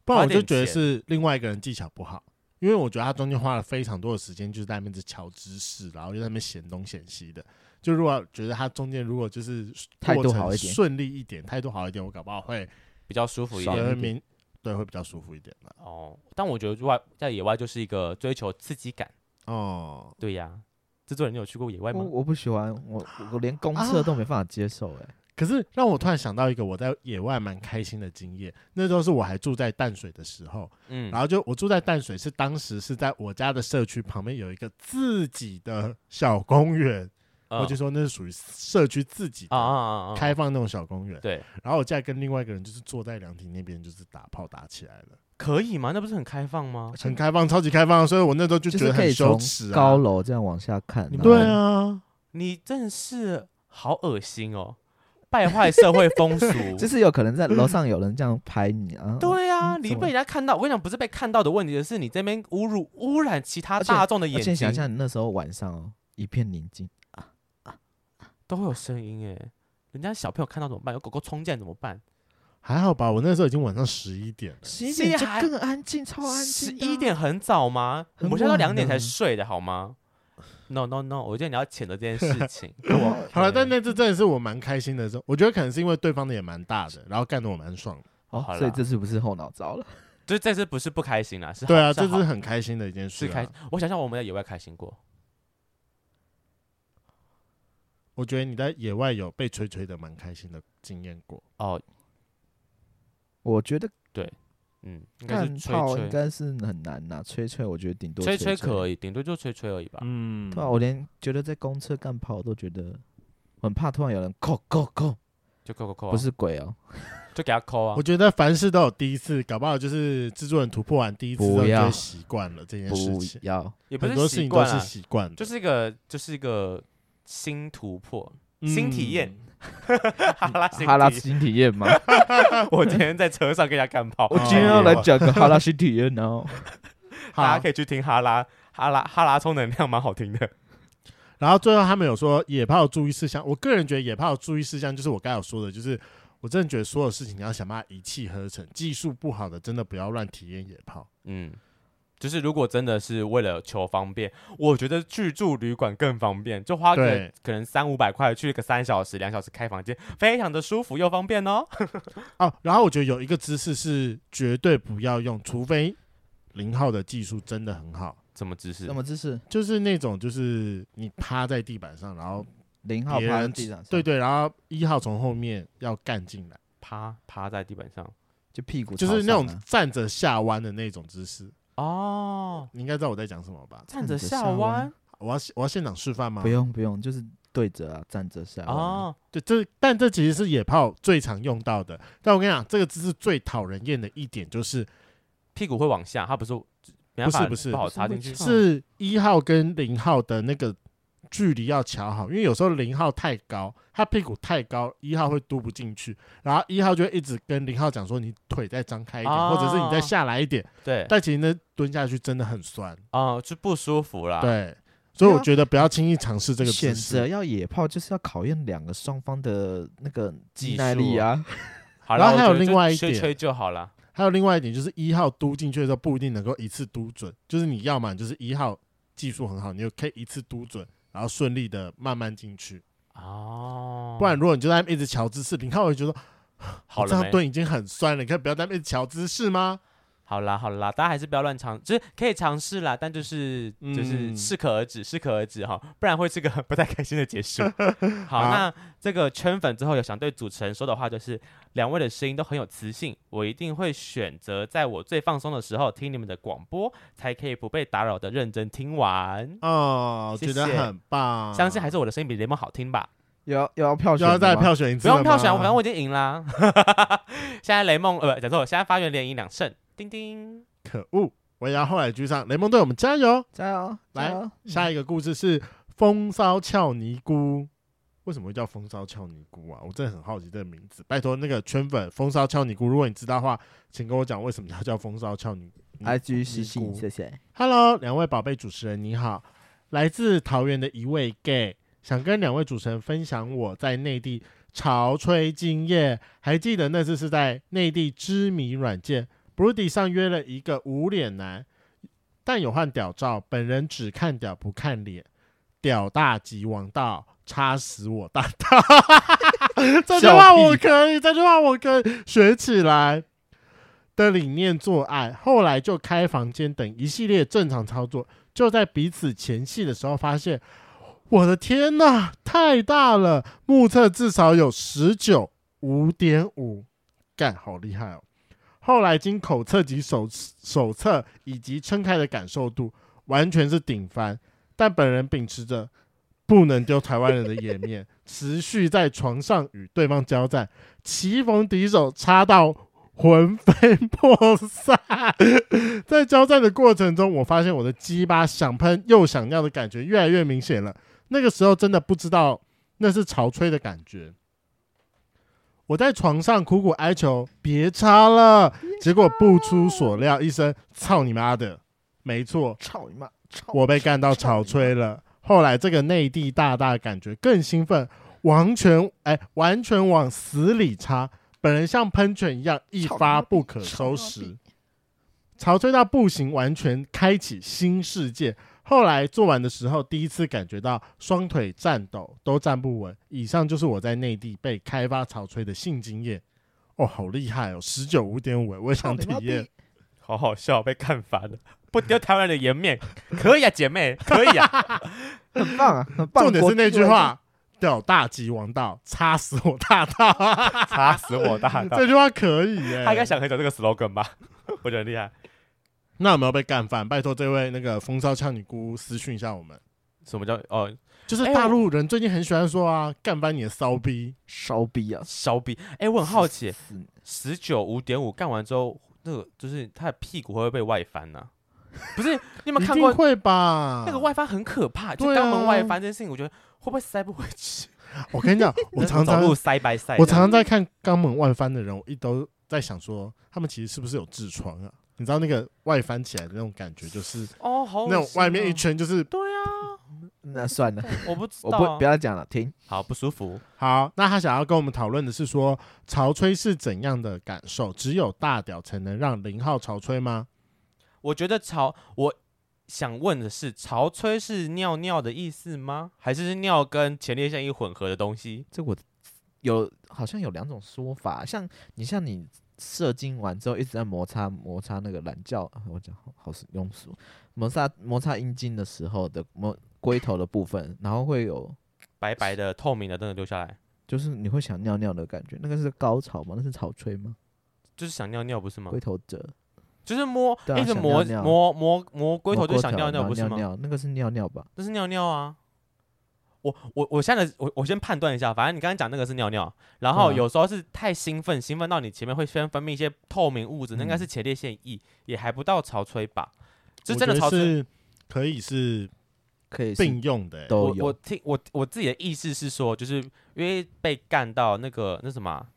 Speaker 2: 不然我
Speaker 1: 花点
Speaker 2: 就觉得是另外一个人技巧不好，因为我觉得他中间花了非常多的时间，就是在那边一直瞧知识，然后又在那边嫌东嫌西的。就如果觉得他中间如果就是
Speaker 4: 态度
Speaker 2: 过程
Speaker 4: 好一点
Speaker 2: 顺利一点，态度好一点，我搞不好会
Speaker 1: 比较舒服一
Speaker 2: 也
Speaker 4: 爽
Speaker 1: 点嗯
Speaker 2: 会
Speaker 4: 一点
Speaker 2: 明对会比较舒服一点的。
Speaker 1: 哦，但我觉得外在野外就是一个追求刺激感。
Speaker 2: 哦，
Speaker 1: 对呀、制作人，你有去过野外
Speaker 4: 我
Speaker 1: 吗？
Speaker 4: 我不喜欢，我我连公厕都没办法接受哎、
Speaker 2: 可是让我突然想到一个我在野外蛮开心的经验，那时候是我还住在淡水的时候，
Speaker 1: 嗯
Speaker 2: 然，后就我住在淡水，是当时是在我家的社区旁边有一个自己的小公园，我就
Speaker 1: 嗯
Speaker 2: 说那是属于社区自己
Speaker 1: 啊
Speaker 2: 的
Speaker 1: 啊啊啊！
Speaker 2: 开放那种小公园。
Speaker 1: 对，
Speaker 2: 然后我再跟另外一个人就是坐在凉亭那边，就是打炮打起来了，
Speaker 1: 可以吗？那不是很开放吗？
Speaker 2: 很开放，超级开放，所以我那时候就
Speaker 4: 就
Speaker 2: 觉
Speaker 4: 是
Speaker 2: 得
Speaker 4: 可
Speaker 2: 很
Speaker 4: 以
Speaker 2: 羞
Speaker 4: 从
Speaker 2: 耻啊
Speaker 4: 高。楼这样往下看。
Speaker 1: 你
Speaker 4: 然
Speaker 2: 对
Speaker 4: 后
Speaker 2: 啊，
Speaker 1: 你真的是好恶心哦，败坏社会风俗。
Speaker 4: 就是有可能在楼上有人这样拍你啊。
Speaker 1: 对啊，
Speaker 4: 嗯
Speaker 1: 你
Speaker 4: 怎么
Speaker 1: 被人家看到，我跟你讲，不是被看到的问题，而是你这边侮辱、污染其他
Speaker 4: 而且
Speaker 1: 大众的眼
Speaker 4: 而且想
Speaker 1: 睛，
Speaker 4: 象你那时候晚上哦，一片宁静，
Speaker 1: 都会有声音哎。人家小朋友看到怎么办？有狗狗冲进来怎么办？
Speaker 2: 还好吧，我那时候已经晚上十一点了。
Speaker 4: 十一
Speaker 1: 现
Speaker 4: 点
Speaker 1: 在
Speaker 4: 就
Speaker 1: 还
Speaker 4: 更安静，超安静
Speaker 1: 十
Speaker 4: 的啊。
Speaker 1: 一点很早吗？我
Speaker 4: 很
Speaker 1: 们现在到
Speaker 4: 晚
Speaker 1: 两点才
Speaker 4: 了
Speaker 1: 睡的好吗？No No No，我觉得你要谴责这件事情。 我
Speaker 2: 好了，但那次真的是我蛮开心的时候，我觉得可能是因为对方的也蛮大的，然后干得我蛮爽的。
Speaker 4: 哦
Speaker 1: 好，
Speaker 4: 所以
Speaker 1: 啦
Speaker 4: 这次不是后脑勺了。
Speaker 1: 就是这次不是不开心啦，是
Speaker 2: 对
Speaker 1: 好
Speaker 2: 啊，
Speaker 1: 是
Speaker 2: 这
Speaker 1: 好
Speaker 2: 是很开心的一件事、
Speaker 1: 是
Speaker 2: 啊。
Speaker 1: 开。我想想，我们在野外开心过，
Speaker 2: 我我觉得你在野外有被吹吹的蛮开心的经验过。
Speaker 1: 哦，
Speaker 4: 我觉得
Speaker 1: 嗯，应该
Speaker 4: 干
Speaker 1: 是吹
Speaker 4: 炮应
Speaker 1: 吹，
Speaker 4: 该是很难呐，吹吹我觉得顶多
Speaker 1: 吹
Speaker 4: 吹
Speaker 1: 吹可以，顶多就吹吹而已吧。
Speaker 2: 嗯，
Speaker 4: 对啊，我连觉得在公厕干炮都觉得很怕，突然有人扣扣扣，
Speaker 1: 就扣扣扣啊，
Speaker 3: 不是鬼哦，
Speaker 1: 就给他扣啊
Speaker 2: 我。觉得凡事都有第一次，搞不好就是制作人突破完第一次之后
Speaker 3: 不要
Speaker 2: 就会习惯了这件事
Speaker 3: 不
Speaker 2: 情，
Speaker 3: 要，
Speaker 1: 也不
Speaker 2: 很多
Speaker 1: 是
Speaker 2: 事情
Speaker 1: 习
Speaker 2: 都
Speaker 1: 惯
Speaker 2: 是
Speaker 1: 啊，
Speaker 2: 习惯的，
Speaker 1: 就是一个就是一个新突破。新体验
Speaker 2: 嗯。
Speaker 1: 哈拉新
Speaker 3: 哈拉
Speaker 1: 体
Speaker 3: 新体验吗？
Speaker 1: 哦我今天在车上跟人家干炮，哎
Speaker 3: 我今天要来
Speaker 2: 哦
Speaker 3: 讲个哈拉新体验哦。
Speaker 1: 大
Speaker 2: 好
Speaker 1: 家，可以去听哈拉哈拉哈拉充能量，蛮好听的。
Speaker 2: 然后最后他们有说野炮注意事项，我个人觉得野炮注意事项就是我刚才有说的，就是我真的觉得所有事情你要想办法一气呵成，技术不好的真的不要乱体验野炮。
Speaker 1: 嗯，就是如果真的是为了求方便，我觉得去住旅馆更方便，就花个
Speaker 2: 对
Speaker 1: 可能三五百块去个三小时、两小时开房间，非常的舒服又方便哦。
Speaker 2: 哦，然后我觉得有一个姿势是绝对不要用，除非零号的技术真的很好，
Speaker 1: 什么姿势
Speaker 4: 什？么姿势？
Speaker 2: 就是那种就是你趴在地板上，然后
Speaker 4: 零号
Speaker 2: 别
Speaker 4: 趴在
Speaker 2: 人
Speaker 4: 地上，
Speaker 2: 对，对，然后一号从后面要干进来，
Speaker 1: 趴趴在地板上。
Speaker 4: 就屁股
Speaker 2: 就是那
Speaker 4: 朝上
Speaker 2: 种
Speaker 4: 啊
Speaker 2: 站着下弯的那种姿势。
Speaker 1: 哦，
Speaker 2: 你应该知道我在讲什么吧？
Speaker 1: 站
Speaker 4: 着
Speaker 1: 着
Speaker 4: 下
Speaker 1: 下弯
Speaker 4: 弯
Speaker 2: 我要我要现场示范吗？
Speaker 4: 啊不用不用，就是对着啊，站着下来啊，
Speaker 1: 哦，
Speaker 2: 对，这但这其实是野炮最常用到的。但我跟你讲，这个姿势最讨人厌的一点就是，
Speaker 1: 屁股会往下，它不是没办
Speaker 2: 不是
Speaker 1: 法
Speaker 2: 不是
Speaker 1: 不好
Speaker 3: 不是
Speaker 1: 插进
Speaker 3: 会
Speaker 1: 去。
Speaker 3: 翘
Speaker 2: 是一号跟零号的那个距离要调好，因为有时候零号太高，他屁股太高，一号会嘟不进去，然后一号就会一直跟零号讲说你腿再张开一点，
Speaker 1: 哦
Speaker 2: 或者是你再下来一点。
Speaker 1: 对，
Speaker 2: 但其实呢，蹲下去真的很酸，
Speaker 1: 哦，就不舒服啦。，
Speaker 2: 对，所以我觉得不要轻易尝试这个姿
Speaker 4: 选择
Speaker 2: 势。
Speaker 4: 要野炮，就是要考验两个双方的那个
Speaker 1: 技哦
Speaker 4: 肌耐力啊。
Speaker 1: 好
Speaker 2: 然
Speaker 1: 了，
Speaker 2: 后还有
Speaker 1: 我觉得就
Speaker 2: 另外一
Speaker 1: 吹
Speaker 2: 点
Speaker 1: 吹就好了。
Speaker 2: 还有另外一点就是一号嘟进去的时候不一定能够一次嘟准，就是你要嘛你就是一号技术很好，你就可以一次嘟准，然后顺利的慢慢进去。
Speaker 1: 哦，
Speaker 2: 不然如果你就在那边一直瞧姿势，你看我就觉得
Speaker 1: 好
Speaker 2: 我这
Speaker 1: 了
Speaker 2: 样
Speaker 1: 没？
Speaker 2: 蹲已经很酸了，你可以不要在那边一直瞧姿势吗？
Speaker 1: 好啦好啦，大家还是不要乱尝，就是可以尝试啦，但就是就是
Speaker 2: 嗯
Speaker 1: 适可而止，适可而止哈，不然会是个 不太开心的结 束。好，
Speaker 2: 好
Speaker 1: 那这个圈粉之后有想对主持人说的话，就是两位的声音都很有磁性，我一定会选择在我最放松的时候听你们的广播，才可以不被打扰的认真听完。
Speaker 2: 哦，
Speaker 1: 谢
Speaker 2: 觉得
Speaker 1: 谢
Speaker 2: 很棒，
Speaker 1: 相信还是我的声音比雷蒙好听吧？
Speaker 4: 又要又要票
Speaker 2: 就
Speaker 4: 选
Speaker 2: 要
Speaker 4: 了吗，
Speaker 2: 再票选一次
Speaker 1: 不
Speaker 2: 了
Speaker 1: 用
Speaker 2: 吗，
Speaker 1: 票选，反正我已经赢啦。 现在雷蒙呃，不讲错了，现在发源连赢两胜，叮叮。
Speaker 2: 可恶，我也要后来居上，雷蒙队我们加油！
Speaker 4: 加油，
Speaker 2: 来
Speaker 4: 加油
Speaker 2: 下一个故事是风骚俏尼姑。为什么会叫风骚俏尼姑啊？我真的很好奇这个名字。拜托那个圈粉风骚俏尼姑，如果你知道的话，请跟我讲为什么要叫风骚俏尼姑。
Speaker 4: ，IG
Speaker 2: 尼
Speaker 4: 私信，
Speaker 2: 姑
Speaker 4: 谢谢。
Speaker 2: Hello，两位宝贝主持人，你好，来自桃园的一位 gay，想跟两位主持人分享我在内地潮吹经验。还记得那次是在内地知名软件 Broody 上约了一个无脸男，但有换屌照，本人只看屌不看脸，屌大即王道，插死我大道。 这句话我可以，这句话我可以学起来。的理念做爱，后来就开房间等一系列正常操作。就在彼此前戏的时候，发现我的天呐，太大了！目测至少有十九五点五，干好厉害哦！后来经口测及手手测以及撑开的感受度，完全是顶翻。但本人秉持着不能丢台湾人的颜面，持续在床上与对方交战，棋逢敌手，插到魂飞魄散。 在交战的过程中，我发现我的鸡巴想喷又想尿的感觉越来越明显了。那个时候真的不知道那是潮吹的感觉。我在床上苦苦哀求别插了，结果不出所料，一声“操你妈的”，没错，
Speaker 4: 操你妈！操
Speaker 2: 我被干到
Speaker 4: 操
Speaker 2: 草
Speaker 4: 你妈
Speaker 2: 吹了。后来这个内地大大感觉更兴奋，完全哎、完全往死里插，本人像喷泉一样一发不可收拾，潮吹到不行，完全开启新世界。后来做完的时候，第一次感觉到双腿站抖，都站不稳。以上就是我在内地被开发潮吹的性经验。哦，好厉害哦，十九五点五，我也 想
Speaker 4: 操你妈
Speaker 2: 体验
Speaker 4: 逼。
Speaker 1: 好好笑，被看烦了。不丢台湾人 的颜面，可以啊，姐妹，可以啊。
Speaker 4: 很棒啊，很棒。
Speaker 2: 重点是那句话，屌大吉王道，插死我 大道，
Speaker 1: 插死我大道。
Speaker 2: 这句话可以耶、
Speaker 1: 他应该想很久这个 slogan 吧？ 我觉得很厉害。
Speaker 2: 那有没有被干翻？拜托这位那个风骚俏女姑私讯一下我们。
Speaker 1: 什么叫哦
Speaker 2: 就是
Speaker 1: 哎
Speaker 2: 大
Speaker 1: 我
Speaker 2: 陆人最近很喜欢说啊，干翻你的骚逼，
Speaker 4: 烧逼啊！
Speaker 1: 烧逼？哎，我很好奇，
Speaker 4: 死你
Speaker 1: 十九五点五干完之后，那个就是他的屁股会不会被外翻呢、不是，你有没有
Speaker 2: 一
Speaker 1: 看
Speaker 2: 定
Speaker 1: 过
Speaker 2: 会吧？
Speaker 1: 那个外翻很可怕，就
Speaker 2: 对啊
Speaker 1: 肛门外翻这件事情，我觉得会不会塞不回去？
Speaker 2: 我跟你 讲，我常
Speaker 1: 走
Speaker 2: 常
Speaker 1: 路塞白塞，
Speaker 2: 我常常在看肛门外翻的人，我一都在想说，他们其实是不是有痔疮啊？你知道那个外翻起来的那种感觉，就是
Speaker 1: 哦，好恶
Speaker 2: 那种
Speaker 1: 心
Speaker 2: 外面
Speaker 1: 哦
Speaker 2: 一圈就是
Speaker 1: 对啊，
Speaker 4: 那算了，
Speaker 1: 我不知
Speaker 4: 我
Speaker 1: 道
Speaker 4: 不
Speaker 1: 啊，
Speaker 4: 不要讲了，停。
Speaker 1: 好不舒服，
Speaker 2: 好。那他想要跟我们讨论的是说，潮吹是怎样的感受？只有大屌才能让零号潮吹吗？
Speaker 1: 我觉得潮，我想问的是，潮吹是尿尿的意思吗？还是是尿跟前列腺一混合的东西？
Speaker 4: 这我有好像有两种说法，像你像你射精完之后一直在摩擦摩擦那个懒觉，啊我讲好好庸俗，摩擦摩擦阴茎的时候的摩龟头的部分，然后会有
Speaker 1: 白白的、透明的，真的流下来，
Speaker 4: 就是你会想尿尿的感觉，那个是高潮吗？那是潮吹吗？
Speaker 1: 就是想尿尿，不是吗
Speaker 4: 龟？头折，
Speaker 1: 就是摸，
Speaker 4: 对啊
Speaker 1: 一直
Speaker 4: 想尿
Speaker 1: 摸
Speaker 4: 尿
Speaker 1: 摸摸摸龟头，就
Speaker 4: 摸
Speaker 1: 想
Speaker 4: 然
Speaker 1: 尿，
Speaker 4: 后
Speaker 1: 不是
Speaker 4: 尿
Speaker 1: 吗？
Speaker 4: 尿那个是尿尿吧？
Speaker 1: 那是尿尿啊。我我我现在的我我先判断一下，反正你刚刚讲那个是尿尿，然后
Speaker 4: 嗯
Speaker 1: 有时候是太兴奋，兴奋到你前面会先分泌一些透明物质，那应该
Speaker 4: 嗯
Speaker 1: 是前列腺液，也还不到潮吹吧？这
Speaker 2: 我
Speaker 1: 真的
Speaker 2: 觉得
Speaker 1: 潮吹？
Speaker 2: 是可以是
Speaker 4: 可以是
Speaker 2: 并用的、欸。
Speaker 4: 都
Speaker 1: 我我
Speaker 4: 有，
Speaker 1: 听我我自己的意思是说，就是因为被干到那个那什么啊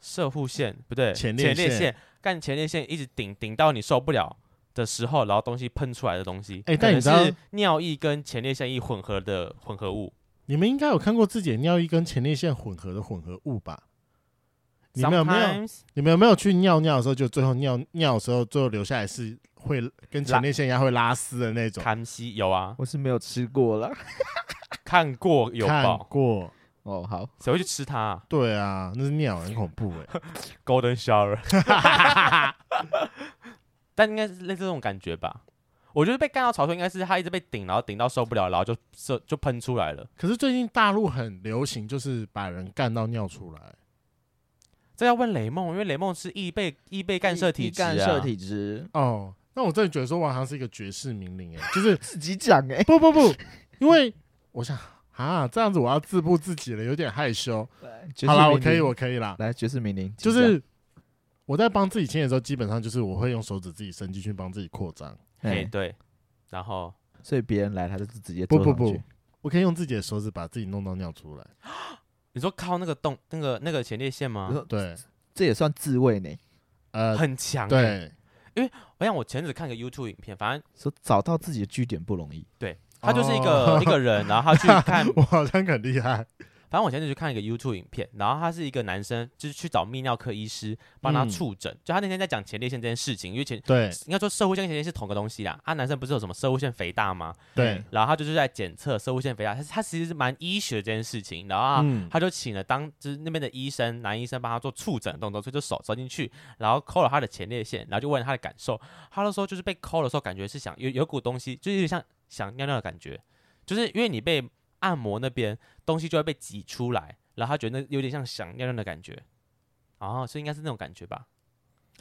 Speaker 1: 射护腺不对，
Speaker 2: 前列
Speaker 1: 列
Speaker 2: 腺
Speaker 1: 腺干前列腺一直顶顶到你受不了的时候，然后东西喷出来的东西，
Speaker 2: 哎
Speaker 1: 可
Speaker 2: 但
Speaker 1: 能
Speaker 2: 你知道
Speaker 1: 是尿液跟前列腺液混合的混合物，
Speaker 2: 你们应该有看过自己的尿液跟前列腺混合的混合物吧？你们有没有？
Speaker 1: Sometimes-
Speaker 2: 你们有没有去尿尿的时候，就最后尿尿的时候，最后留下来是会跟前列腺一样会拉丝的那种？
Speaker 1: 康熙有啊，
Speaker 4: 我是没有吃过了。
Speaker 1: 看过有
Speaker 2: 看
Speaker 1: 爆，
Speaker 2: 过，
Speaker 4: 哦，好，
Speaker 1: 谁会去吃它、啊、
Speaker 2: 对啊，那是尿，很恐怖哎、
Speaker 1: ？Golden Shower，但应该是类似这种感觉吧。我觉得被干到潮吹应该是他一直被顶，然后顶到受不了，然后就射就喷出来了。
Speaker 2: 可是最近大陆很流行，就是把人干到尿出来。
Speaker 1: 这要问雷梦，因为雷梦是易被易被干涉体质、啊，
Speaker 4: 干涉体质，
Speaker 2: 哦，那我真的觉得说，我好像是一个绝世名伶哎、 就是，
Speaker 4: 自己讲哎
Speaker 2: 不不不，因为我想啊，这样子我要自曝自己了，有点害羞。
Speaker 4: 爵士
Speaker 2: 好啦，我
Speaker 4: 名
Speaker 2: 可以，
Speaker 4: 伶
Speaker 2: 我可以啦。
Speaker 4: 来爵士名伶，
Speaker 2: 就
Speaker 4: 请讲
Speaker 2: 是我在帮自己清的时候，基本上就是我会用手指自己伸进去帮自己扩张，
Speaker 1: 哎、
Speaker 4: 哎
Speaker 1: 对，然后
Speaker 4: 所以别人来他就是直接
Speaker 2: 不
Speaker 4: 坐
Speaker 2: 不
Speaker 4: 上
Speaker 2: 不
Speaker 4: 去
Speaker 2: 我可以用自己的手指把自己弄到尿出来。
Speaker 1: 你说靠那个洞那个那个前列腺
Speaker 4: 不
Speaker 1: 吗？
Speaker 4: 是
Speaker 2: 啊对，
Speaker 4: 这也算自慰呢。
Speaker 2: 呃，
Speaker 1: 很强、欸，，
Speaker 2: 对，
Speaker 1: 我想我前阵子看个 YouTube 影片，反正
Speaker 4: 说找到自己的据点不容易，
Speaker 1: 他就是一个、
Speaker 2: 哦
Speaker 1: 一个人，然后他去 看
Speaker 2: 我好像很厉害。
Speaker 1: 反正我前阵子去看一个 YouTube 影片，然后他是一个男生，就是去找泌尿科医师帮他
Speaker 2: 嗯
Speaker 1: 触诊。就他那天在讲前列腺这件事情，因为前
Speaker 2: 对
Speaker 1: 应该说射护腺跟前列腺是同个东西啦。啊，男生不是有什么射护腺肥大吗？
Speaker 2: 对，
Speaker 1: 然后他就是在检测射护腺肥大，他他其实是蛮医学这件事情。然后他,、
Speaker 2: 嗯，
Speaker 1: 他就请了当就是那边的医生，男医生帮他做触诊的动作，所以就手伸进去，然后抠了他的前列腺，然后就问他的感受。他就说就是被抠的时候，感觉是想有有股东西，就是有点像想尿尿的感觉，就是因为你被按摩那边东西就会被挤出来，然后他觉得那有点像想尿尿的感觉，哦，所以应该是那种感觉吧，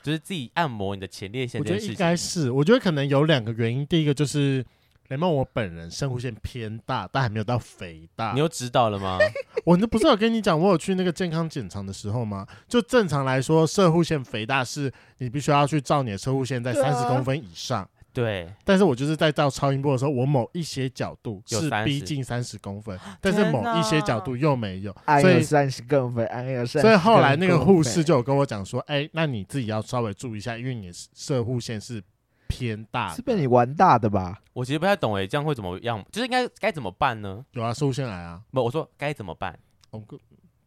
Speaker 1: 就是自己按摩你的前列腺
Speaker 2: 我
Speaker 1: 这
Speaker 2: 觉
Speaker 1: 件
Speaker 2: 得
Speaker 1: 事
Speaker 2: 应
Speaker 1: 情
Speaker 2: 该。是，我觉得可能有两个原因，第一个就是雷梦我本人生活线偏大，但还没有到肥大
Speaker 1: 你。又知道了吗？
Speaker 2: 我那不是有跟你讲，我有去那个健康检查的时候吗？就正常来说，射护腺肥大是你必须要去照你的射护腺在
Speaker 4: 对
Speaker 2: 三
Speaker 4: 啊
Speaker 2: 十公分以上，
Speaker 1: 对，
Speaker 2: 但是我就是在照超音波的时候，我某一些角度
Speaker 1: 有
Speaker 2: 是
Speaker 1: 30
Speaker 2: 逼近三十公分，但是
Speaker 1: 天
Speaker 2: 某一些角
Speaker 1: 哪
Speaker 2: 度又没有，
Speaker 4: 安
Speaker 2: 所
Speaker 4: 有
Speaker 2: 以
Speaker 4: 哎三十更肥，安有三。
Speaker 2: 所以后来那个护士就有跟我讲说，哎、那你自己要稍微注意一下，因为你的射护线是偏大的，
Speaker 4: 是被你玩大的吧？
Speaker 1: 我其实不太懂诶，这样会怎么样？就是应该该怎么办呢？
Speaker 2: 有啊，射护腺癌啊，
Speaker 1: 不，我说该怎么办？
Speaker 2: 我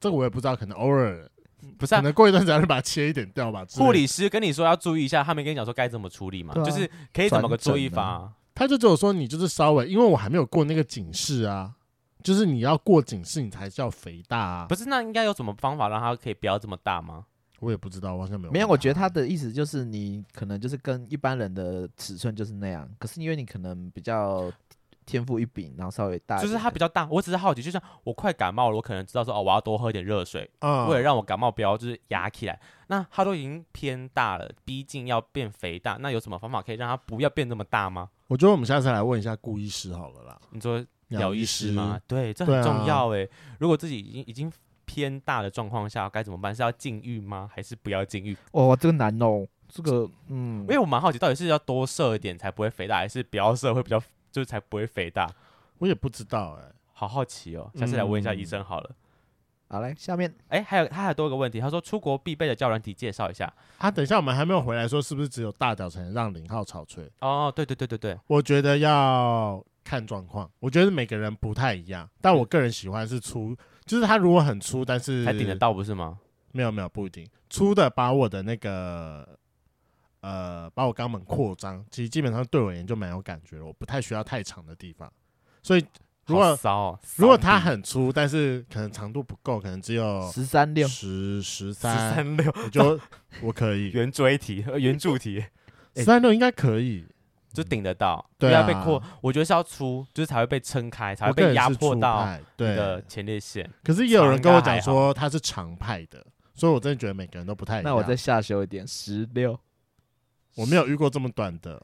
Speaker 2: 这个我也不知道，可能偶尔，
Speaker 1: 不是
Speaker 2: 可
Speaker 1: 啊，
Speaker 2: 能过一段时间就把它切一点掉吧。之类的
Speaker 1: 护，理师跟你说要注意一下，他没跟你讲说该怎么处理嘛？
Speaker 4: 对啊
Speaker 1: 就是可以怎么个
Speaker 4: 转诊
Speaker 1: 注意法
Speaker 4: 啊
Speaker 1: 啊？
Speaker 2: 他就只有说你就是稍微，因为我还没有过那个警示啊，就是你要过警示你才叫肥大啊
Speaker 1: 不。是，那应该有什么方法让他可以不要这么大吗？
Speaker 2: 我也不知道，我好像没有问。
Speaker 4: 没有，我觉得他的意思就是你可能就是跟一般人的尺寸就是那样，可是因为你可能比较
Speaker 3: 天赋异禀，然后稍微大一
Speaker 1: 就
Speaker 3: 点的，
Speaker 1: 是它比较大。我只是好奇，就像我快感冒了，我可能知道说哦，我要多喝一点热水，
Speaker 2: 嗯，
Speaker 1: 为了让我感冒不要就是压起来。那它都已经偏大了，逼近要变肥大，那有什么方法可以让它不要变那么大吗？
Speaker 2: 我觉得我们下次来问一下顾医师好了啦，
Speaker 1: 你说疗
Speaker 2: 医
Speaker 1: 愈师吗？？对，这很
Speaker 2: 对啊
Speaker 1: 重要哎、如果自己已经已经偏大的状况下，该怎么办？是要禁欲吗？还是不要禁欲？
Speaker 3: 哦，这个难哦，这个嗯
Speaker 1: 因，为我蛮好奇，到底是要多射一点才不会肥大，还是不要射会比较，就是才不会肥大？
Speaker 2: 我也不知道哎，
Speaker 1: 好好奇哦，下次来问一
Speaker 2: 嗯
Speaker 1: 下医生好了。
Speaker 3: 好来下面
Speaker 1: 哎、还有他还有多一个问题，他说出国必备的教软体介绍一下。
Speaker 2: 啊，等一下我们还没有回来说是不是只有大屌才能让零号潮吹？
Speaker 1: 哦，对对对对对，
Speaker 2: 我觉得要看状况，我觉得每个人不太一样，但我个人喜欢是粗，就是他如果很粗，但
Speaker 1: 嗯
Speaker 2: 是
Speaker 1: 才顶得到不是吗？
Speaker 2: 没有没有不一定，粗的把我的那个呃把我肛门扩张，其实基本上对我而言就蛮有感觉了，我不太需要太长的地方，所以如
Speaker 1: 好
Speaker 2: 果
Speaker 1: 骚哦，
Speaker 2: 如果它很粗，但是可能长度不够，可能只有
Speaker 3: 十三六，
Speaker 2: 十十
Speaker 1: 十
Speaker 2: 三，
Speaker 1: 三六
Speaker 2: 我就我可 以
Speaker 1: 圆锥体、呃圆柱 体
Speaker 2: 十三六应该可以，
Speaker 1: 就顶得到，
Speaker 2: 对
Speaker 1: 不
Speaker 2: 啊
Speaker 1: 要被扩，我觉得是要出，就是才会被撑开，才
Speaker 2: 我
Speaker 1: 会
Speaker 2: 个人
Speaker 1: 被压
Speaker 2: 是
Speaker 1: 迫
Speaker 2: 粗
Speaker 1: 到
Speaker 2: 派
Speaker 1: 你的
Speaker 2: 对。
Speaker 1: 前列腺。
Speaker 2: 可是也有人跟我讲
Speaker 1: 长应该
Speaker 2: 说他是长派的，所以我真的觉得每个人都不太一样。
Speaker 3: 那我再下修一点，十六，
Speaker 2: 我没有遇过这么短的，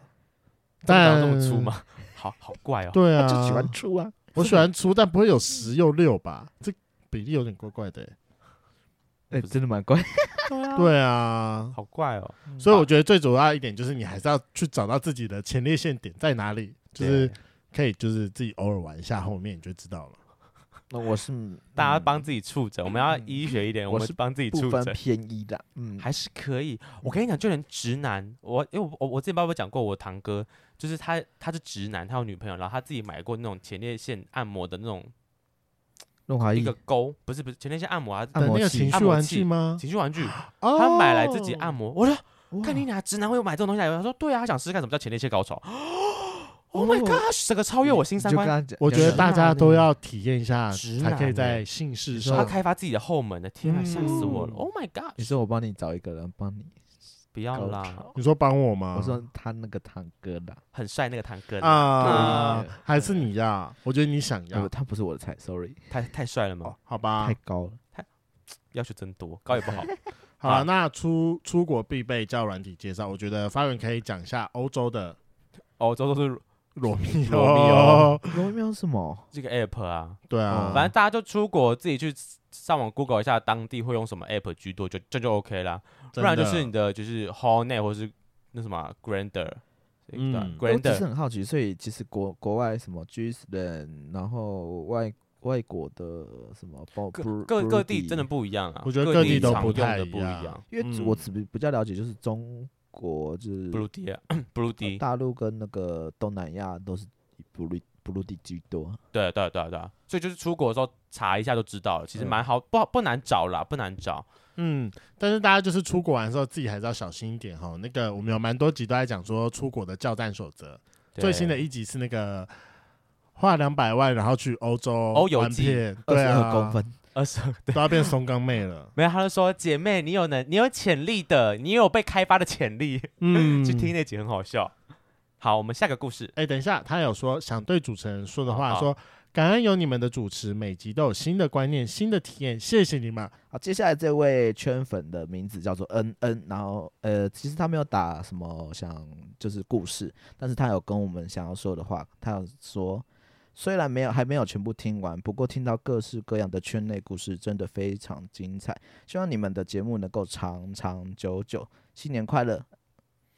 Speaker 1: 这么
Speaker 2: 但
Speaker 1: 长这么粗？吗？ 好好怪哦。
Speaker 2: 对啊，
Speaker 3: 他就喜欢出啊，
Speaker 2: 我喜欢粗，但不会有十又六吧？这比例有点怪怪的欸、
Speaker 3: 哎，真的蛮怪，
Speaker 1: 对啊，
Speaker 2: 对啊，
Speaker 1: 好怪哦。
Speaker 2: 所以我觉得最主要一点就是你还是要去找到自己的前列腺点在哪里，就是
Speaker 1: 对
Speaker 2: 可以就是自己偶尔玩一下，后面你就知道了。
Speaker 3: 那我是
Speaker 1: 大家
Speaker 3: 嗯
Speaker 1: 帮自己触诊，我们要医学一点，
Speaker 3: 我
Speaker 1: 我们
Speaker 3: 是
Speaker 1: 帮自己
Speaker 3: 不
Speaker 1: 触
Speaker 3: 分
Speaker 1: 诊。
Speaker 3: 偏一的，嗯，
Speaker 1: 还是可以。我跟你讲，就连直男，我因为我我我之前爸爸讲过，我堂哥就是他他是直男，他有女朋友，然后他自己买过那种前列腺按摩的那种
Speaker 3: 润滑
Speaker 1: 一
Speaker 3: 液
Speaker 1: 个钩，不是不是前列腺按摩啊，
Speaker 3: 按
Speaker 2: 等
Speaker 3: 摩
Speaker 2: 那个
Speaker 3: 器
Speaker 2: 情
Speaker 1: 按
Speaker 2: 绪
Speaker 1: 摩
Speaker 2: 玩
Speaker 1: 器
Speaker 2: 具吗？
Speaker 1: 情趣玩具，
Speaker 2: 哦
Speaker 1: 他买来自己按摩。我说，
Speaker 3: 哇
Speaker 1: 看你俩直男会买这种东西来用，他说对啊，他想试试看什么叫前列腺高潮。Oh my
Speaker 3: 哦
Speaker 1: gosh，整个超越我新三
Speaker 3: 你就跟
Speaker 1: 观。
Speaker 3: 他讲
Speaker 2: 我觉得
Speaker 1: 直
Speaker 2: 大家
Speaker 1: 男
Speaker 2: 都
Speaker 1: 欸
Speaker 2: 要体验一下，
Speaker 1: 直
Speaker 2: 才可以
Speaker 1: 男
Speaker 2: 在
Speaker 1: 欸
Speaker 2: 性事
Speaker 3: 说
Speaker 1: 他
Speaker 2: 上。
Speaker 1: 开发自己的后门的，天啊，吓死我了
Speaker 2: 嗯
Speaker 1: ！Oh my
Speaker 3: 你
Speaker 1: god，
Speaker 3: 说我帮你找一个人帮你
Speaker 1: 不要
Speaker 3: 高
Speaker 1: 啦，
Speaker 3: 潮，
Speaker 2: 你说帮我吗？
Speaker 3: 我说他那个堂哥啦，
Speaker 1: 很帅那个堂哥啦，
Speaker 2: 啊
Speaker 3: 对，
Speaker 2: 还是你要？我觉得你想
Speaker 3: 呃
Speaker 2: 要，
Speaker 3: 他不是我的菜，sorry，
Speaker 1: 太太帅了嘛
Speaker 2: 哦，好吧
Speaker 3: 太？高了，
Speaker 1: 要求真多，高也不 好。
Speaker 2: 好啦
Speaker 1: 好
Speaker 2: 那出出国必备教软体介绍，我觉得发源可以讲一下欧 洲的
Speaker 1: 欧洲哦都是
Speaker 2: 罗密
Speaker 1: 罗密欧，
Speaker 3: 罗密欧什 么？
Speaker 1: 这个 app 啊，
Speaker 2: 对
Speaker 3: 哦
Speaker 1: 哦
Speaker 2: 啊，
Speaker 1: 反正大家就出国自己去上网 Google 一下当地会用什么 app 居多，就这就 OK 啦。不
Speaker 2: 真的
Speaker 1: 然就是你的就是 Hornet 或是那什么啊 Grander，
Speaker 2: 嗯
Speaker 3: 我只是
Speaker 1: Grander
Speaker 3: 很好奇，所以其实国国外什么 G 人，然后外外国的什么包
Speaker 1: 各各各地真的，嗯不一样啊，
Speaker 2: 我觉得
Speaker 1: 各
Speaker 2: 各地都
Speaker 1: 常
Speaker 2: 不
Speaker 1: 用
Speaker 2: 太
Speaker 1: 的不
Speaker 2: 一
Speaker 1: 一
Speaker 2: 样
Speaker 1: 样。
Speaker 3: 因为我只比比较了解就是中国就是
Speaker 1: 布鲁迪啊，
Speaker 2: 嗯
Speaker 1: 布鲁迪，
Speaker 3: 大陆跟那个东南亚都是以布鲁布鲁地居多，
Speaker 1: 对对对对啊，所以就是出国的时候查一下就知道了，其实
Speaker 3: 嗯
Speaker 1: 蛮好，不好不难找啦，不难找。
Speaker 2: 嗯，但是大家就是出国玩的时候，自己还是要小心一点哈。那个我们有蛮多集都在讲说出国的教战守则，
Speaker 1: 对
Speaker 2: 最新的一集是那个花两百万然后去欧洲
Speaker 1: 欧游
Speaker 2: 玩
Speaker 1: 记
Speaker 2: 遍，
Speaker 3: 二
Speaker 2: 对
Speaker 3: 十
Speaker 2: 啊，
Speaker 3: 二公分，
Speaker 1: 哦二十二。
Speaker 2: 都要变松冈妹了
Speaker 1: 呃 没有，他就说姐妹，你有能，你有潜力的，你有被开发的潜力。
Speaker 2: 嗯，
Speaker 1: 去听那集很好笑。好，我们下个故事。
Speaker 2: 哎，等一下，他有说想对主持人说的话，
Speaker 1: 好好
Speaker 2: 说感恩有你们的主持，每集都有新的观念、新的体验，谢谢你们。
Speaker 3: 好，接下来这位圈粉的名字叫做恩恩，然后呃，其实他没有打什么想就是故事，但是他有跟我们想要说的话，他有说，虽然没有还没有全部听完，不过听到各式各样的圈内故事真的非常精彩，希望你们的节目能够长长久久，新年快乐！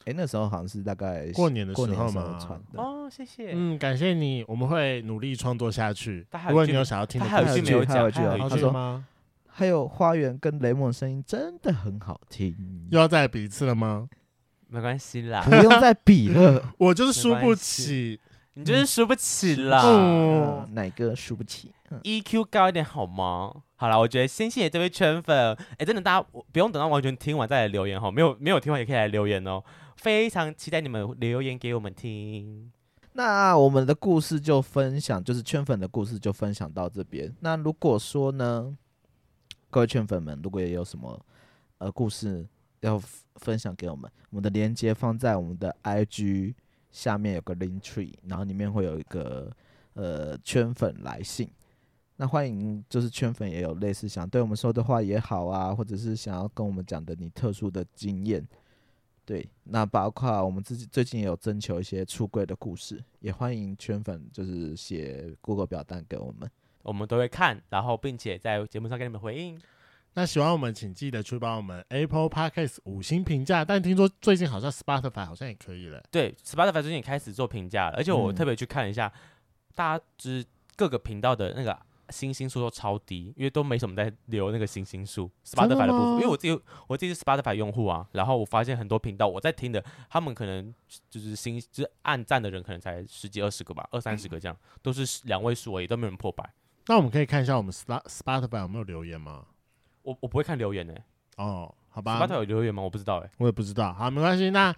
Speaker 3: 诶，那时候好像是大概
Speaker 2: 过年的
Speaker 3: 过
Speaker 2: 时
Speaker 3: 年
Speaker 2: 候
Speaker 3: 的时候
Speaker 2: 嘛
Speaker 3: 传的，
Speaker 1: 哦，谢谢。
Speaker 2: 嗯，感谢你，我们会努力创作下去
Speaker 1: 他。还有
Speaker 2: 如果
Speaker 1: 一句
Speaker 2: 你有想要听
Speaker 1: 他
Speaker 2: 的
Speaker 1: 还
Speaker 2: 歌，
Speaker 1: 有一句没
Speaker 3: 有
Speaker 1: 有
Speaker 3: 还有
Speaker 1: 讲，
Speaker 3: 一句
Speaker 1: 还
Speaker 3: 他
Speaker 1: 有
Speaker 2: 要
Speaker 1: 一
Speaker 3: 他
Speaker 1: 句
Speaker 2: 去
Speaker 3: 说
Speaker 2: 吗？
Speaker 3: 还有花园跟雷蒙的声音真的很好听，
Speaker 2: 又要再比一次了吗？
Speaker 1: 没关系啦
Speaker 3: 不，用再比了，
Speaker 2: 我就是输不起。
Speaker 1: 你就是输不起啦。
Speaker 3: 呃
Speaker 2: 嗯，
Speaker 3: 哪个输不起？嗯
Speaker 1: EQ 高一点好吗？好啦，我觉得星星也这位圈粉，哎，真的大家我不用等到完全听完再来留言哈，没有没有听完也可以来留言哦，非常期待你们留言给我们听。
Speaker 3: 那我们的故事就分享，就是圈粉的故事就分享到这边。那如果说呢，各位圈粉们，如果也有什么呃故事要 f- 分享给我们，我们的链接放在我们的 IG 下面有个 link tree，然后里面会有一个呃圈粉来信。那欢迎就是圈粉也有类似想对我们说的话也好啊，或者是想要跟我们讲的你特殊的经验，对，那包括我们自己最近也有征求一些出柜的故事，也欢迎圈粉就是写 Google 表单给我们。
Speaker 1: 我们都会看，然后并且在节目上给你们回应。
Speaker 2: 那喜欢我们，请记得去帮我们 Apple Podcast 五星评价。但听说最近好像 Spotify 好像也可以了，
Speaker 1: 对，Spotify 最近也开始做评价了，而且我
Speaker 3: 嗯
Speaker 1: 特别去看了一下，大家就是各个频道的那个星星数都超低，因为都没什么在留那个星星数。
Speaker 2: 真的
Speaker 1: Spotify 的部分，
Speaker 2: 吗
Speaker 1: 因为我自己我自己是 Spotify 用户啊，然后我发现很多频道我在听的，他们可能就是星就是按赞的人可能才十几二十个吧，二三十个这样，都是两位数而已，都没有人破百。
Speaker 2: 那我们可以看一下我们 Spa- Spotify 有没有留言吗？
Speaker 1: 我我不会看留言呢、
Speaker 2: 哦，好
Speaker 1: s
Speaker 2: 吧
Speaker 1: p o t i f y 有留言吗？我不知道哎、
Speaker 2: 我也不知道。好，没关系，那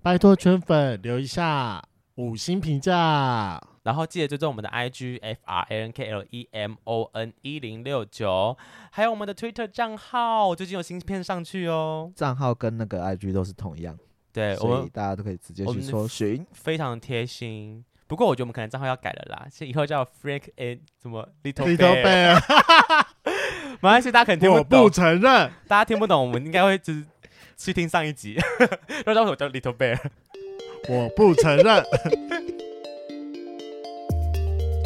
Speaker 2: 拜托圈粉留一下五星评价。
Speaker 1: 然后记得追踪我们的 IG F R A N K L E M O N 一零六九，还有我们的 Twitter 账号，最近有新片上去哦。
Speaker 3: 账号跟那个 IG 都是同样，
Speaker 1: 对哎我
Speaker 3: 所以
Speaker 1: 们
Speaker 3: 大家都可以直接
Speaker 1: 我
Speaker 3: 去
Speaker 1: 们
Speaker 3: 搜寻。
Speaker 1: 非常贴心，不过我觉得我们可能账号要改了啦，是以后叫 Frank and 什么 Little
Speaker 2: Little
Speaker 1: Bear，
Speaker 2: Bear，
Speaker 1: 没关系，大家可能听
Speaker 2: 我
Speaker 1: 懂
Speaker 2: 不，承认。
Speaker 1: 大家听不懂，我们应该会就是去听上一集， 不知道为什么叫 Little Bear。
Speaker 2: 我不承认。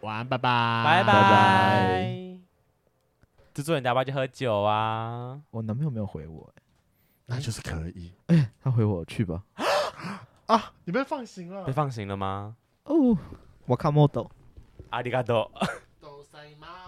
Speaker 2: 晚安，拜拜，
Speaker 1: 拜
Speaker 3: 拜
Speaker 1: 拜
Speaker 3: 拜。
Speaker 1: 制作人打包去喝酒啊！
Speaker 3: 我男朋友没有回我、欸
Speaker 2: 那就是可以
Speaker 3: 他回我去吧。
Speaker 2: 啊，你被放行了
Speaker 1: 被。放行了吗？
Speaker 3: 哦，我看 model。
Speaker 1: 阿里嘎多。
Speaker 2: 都塞吗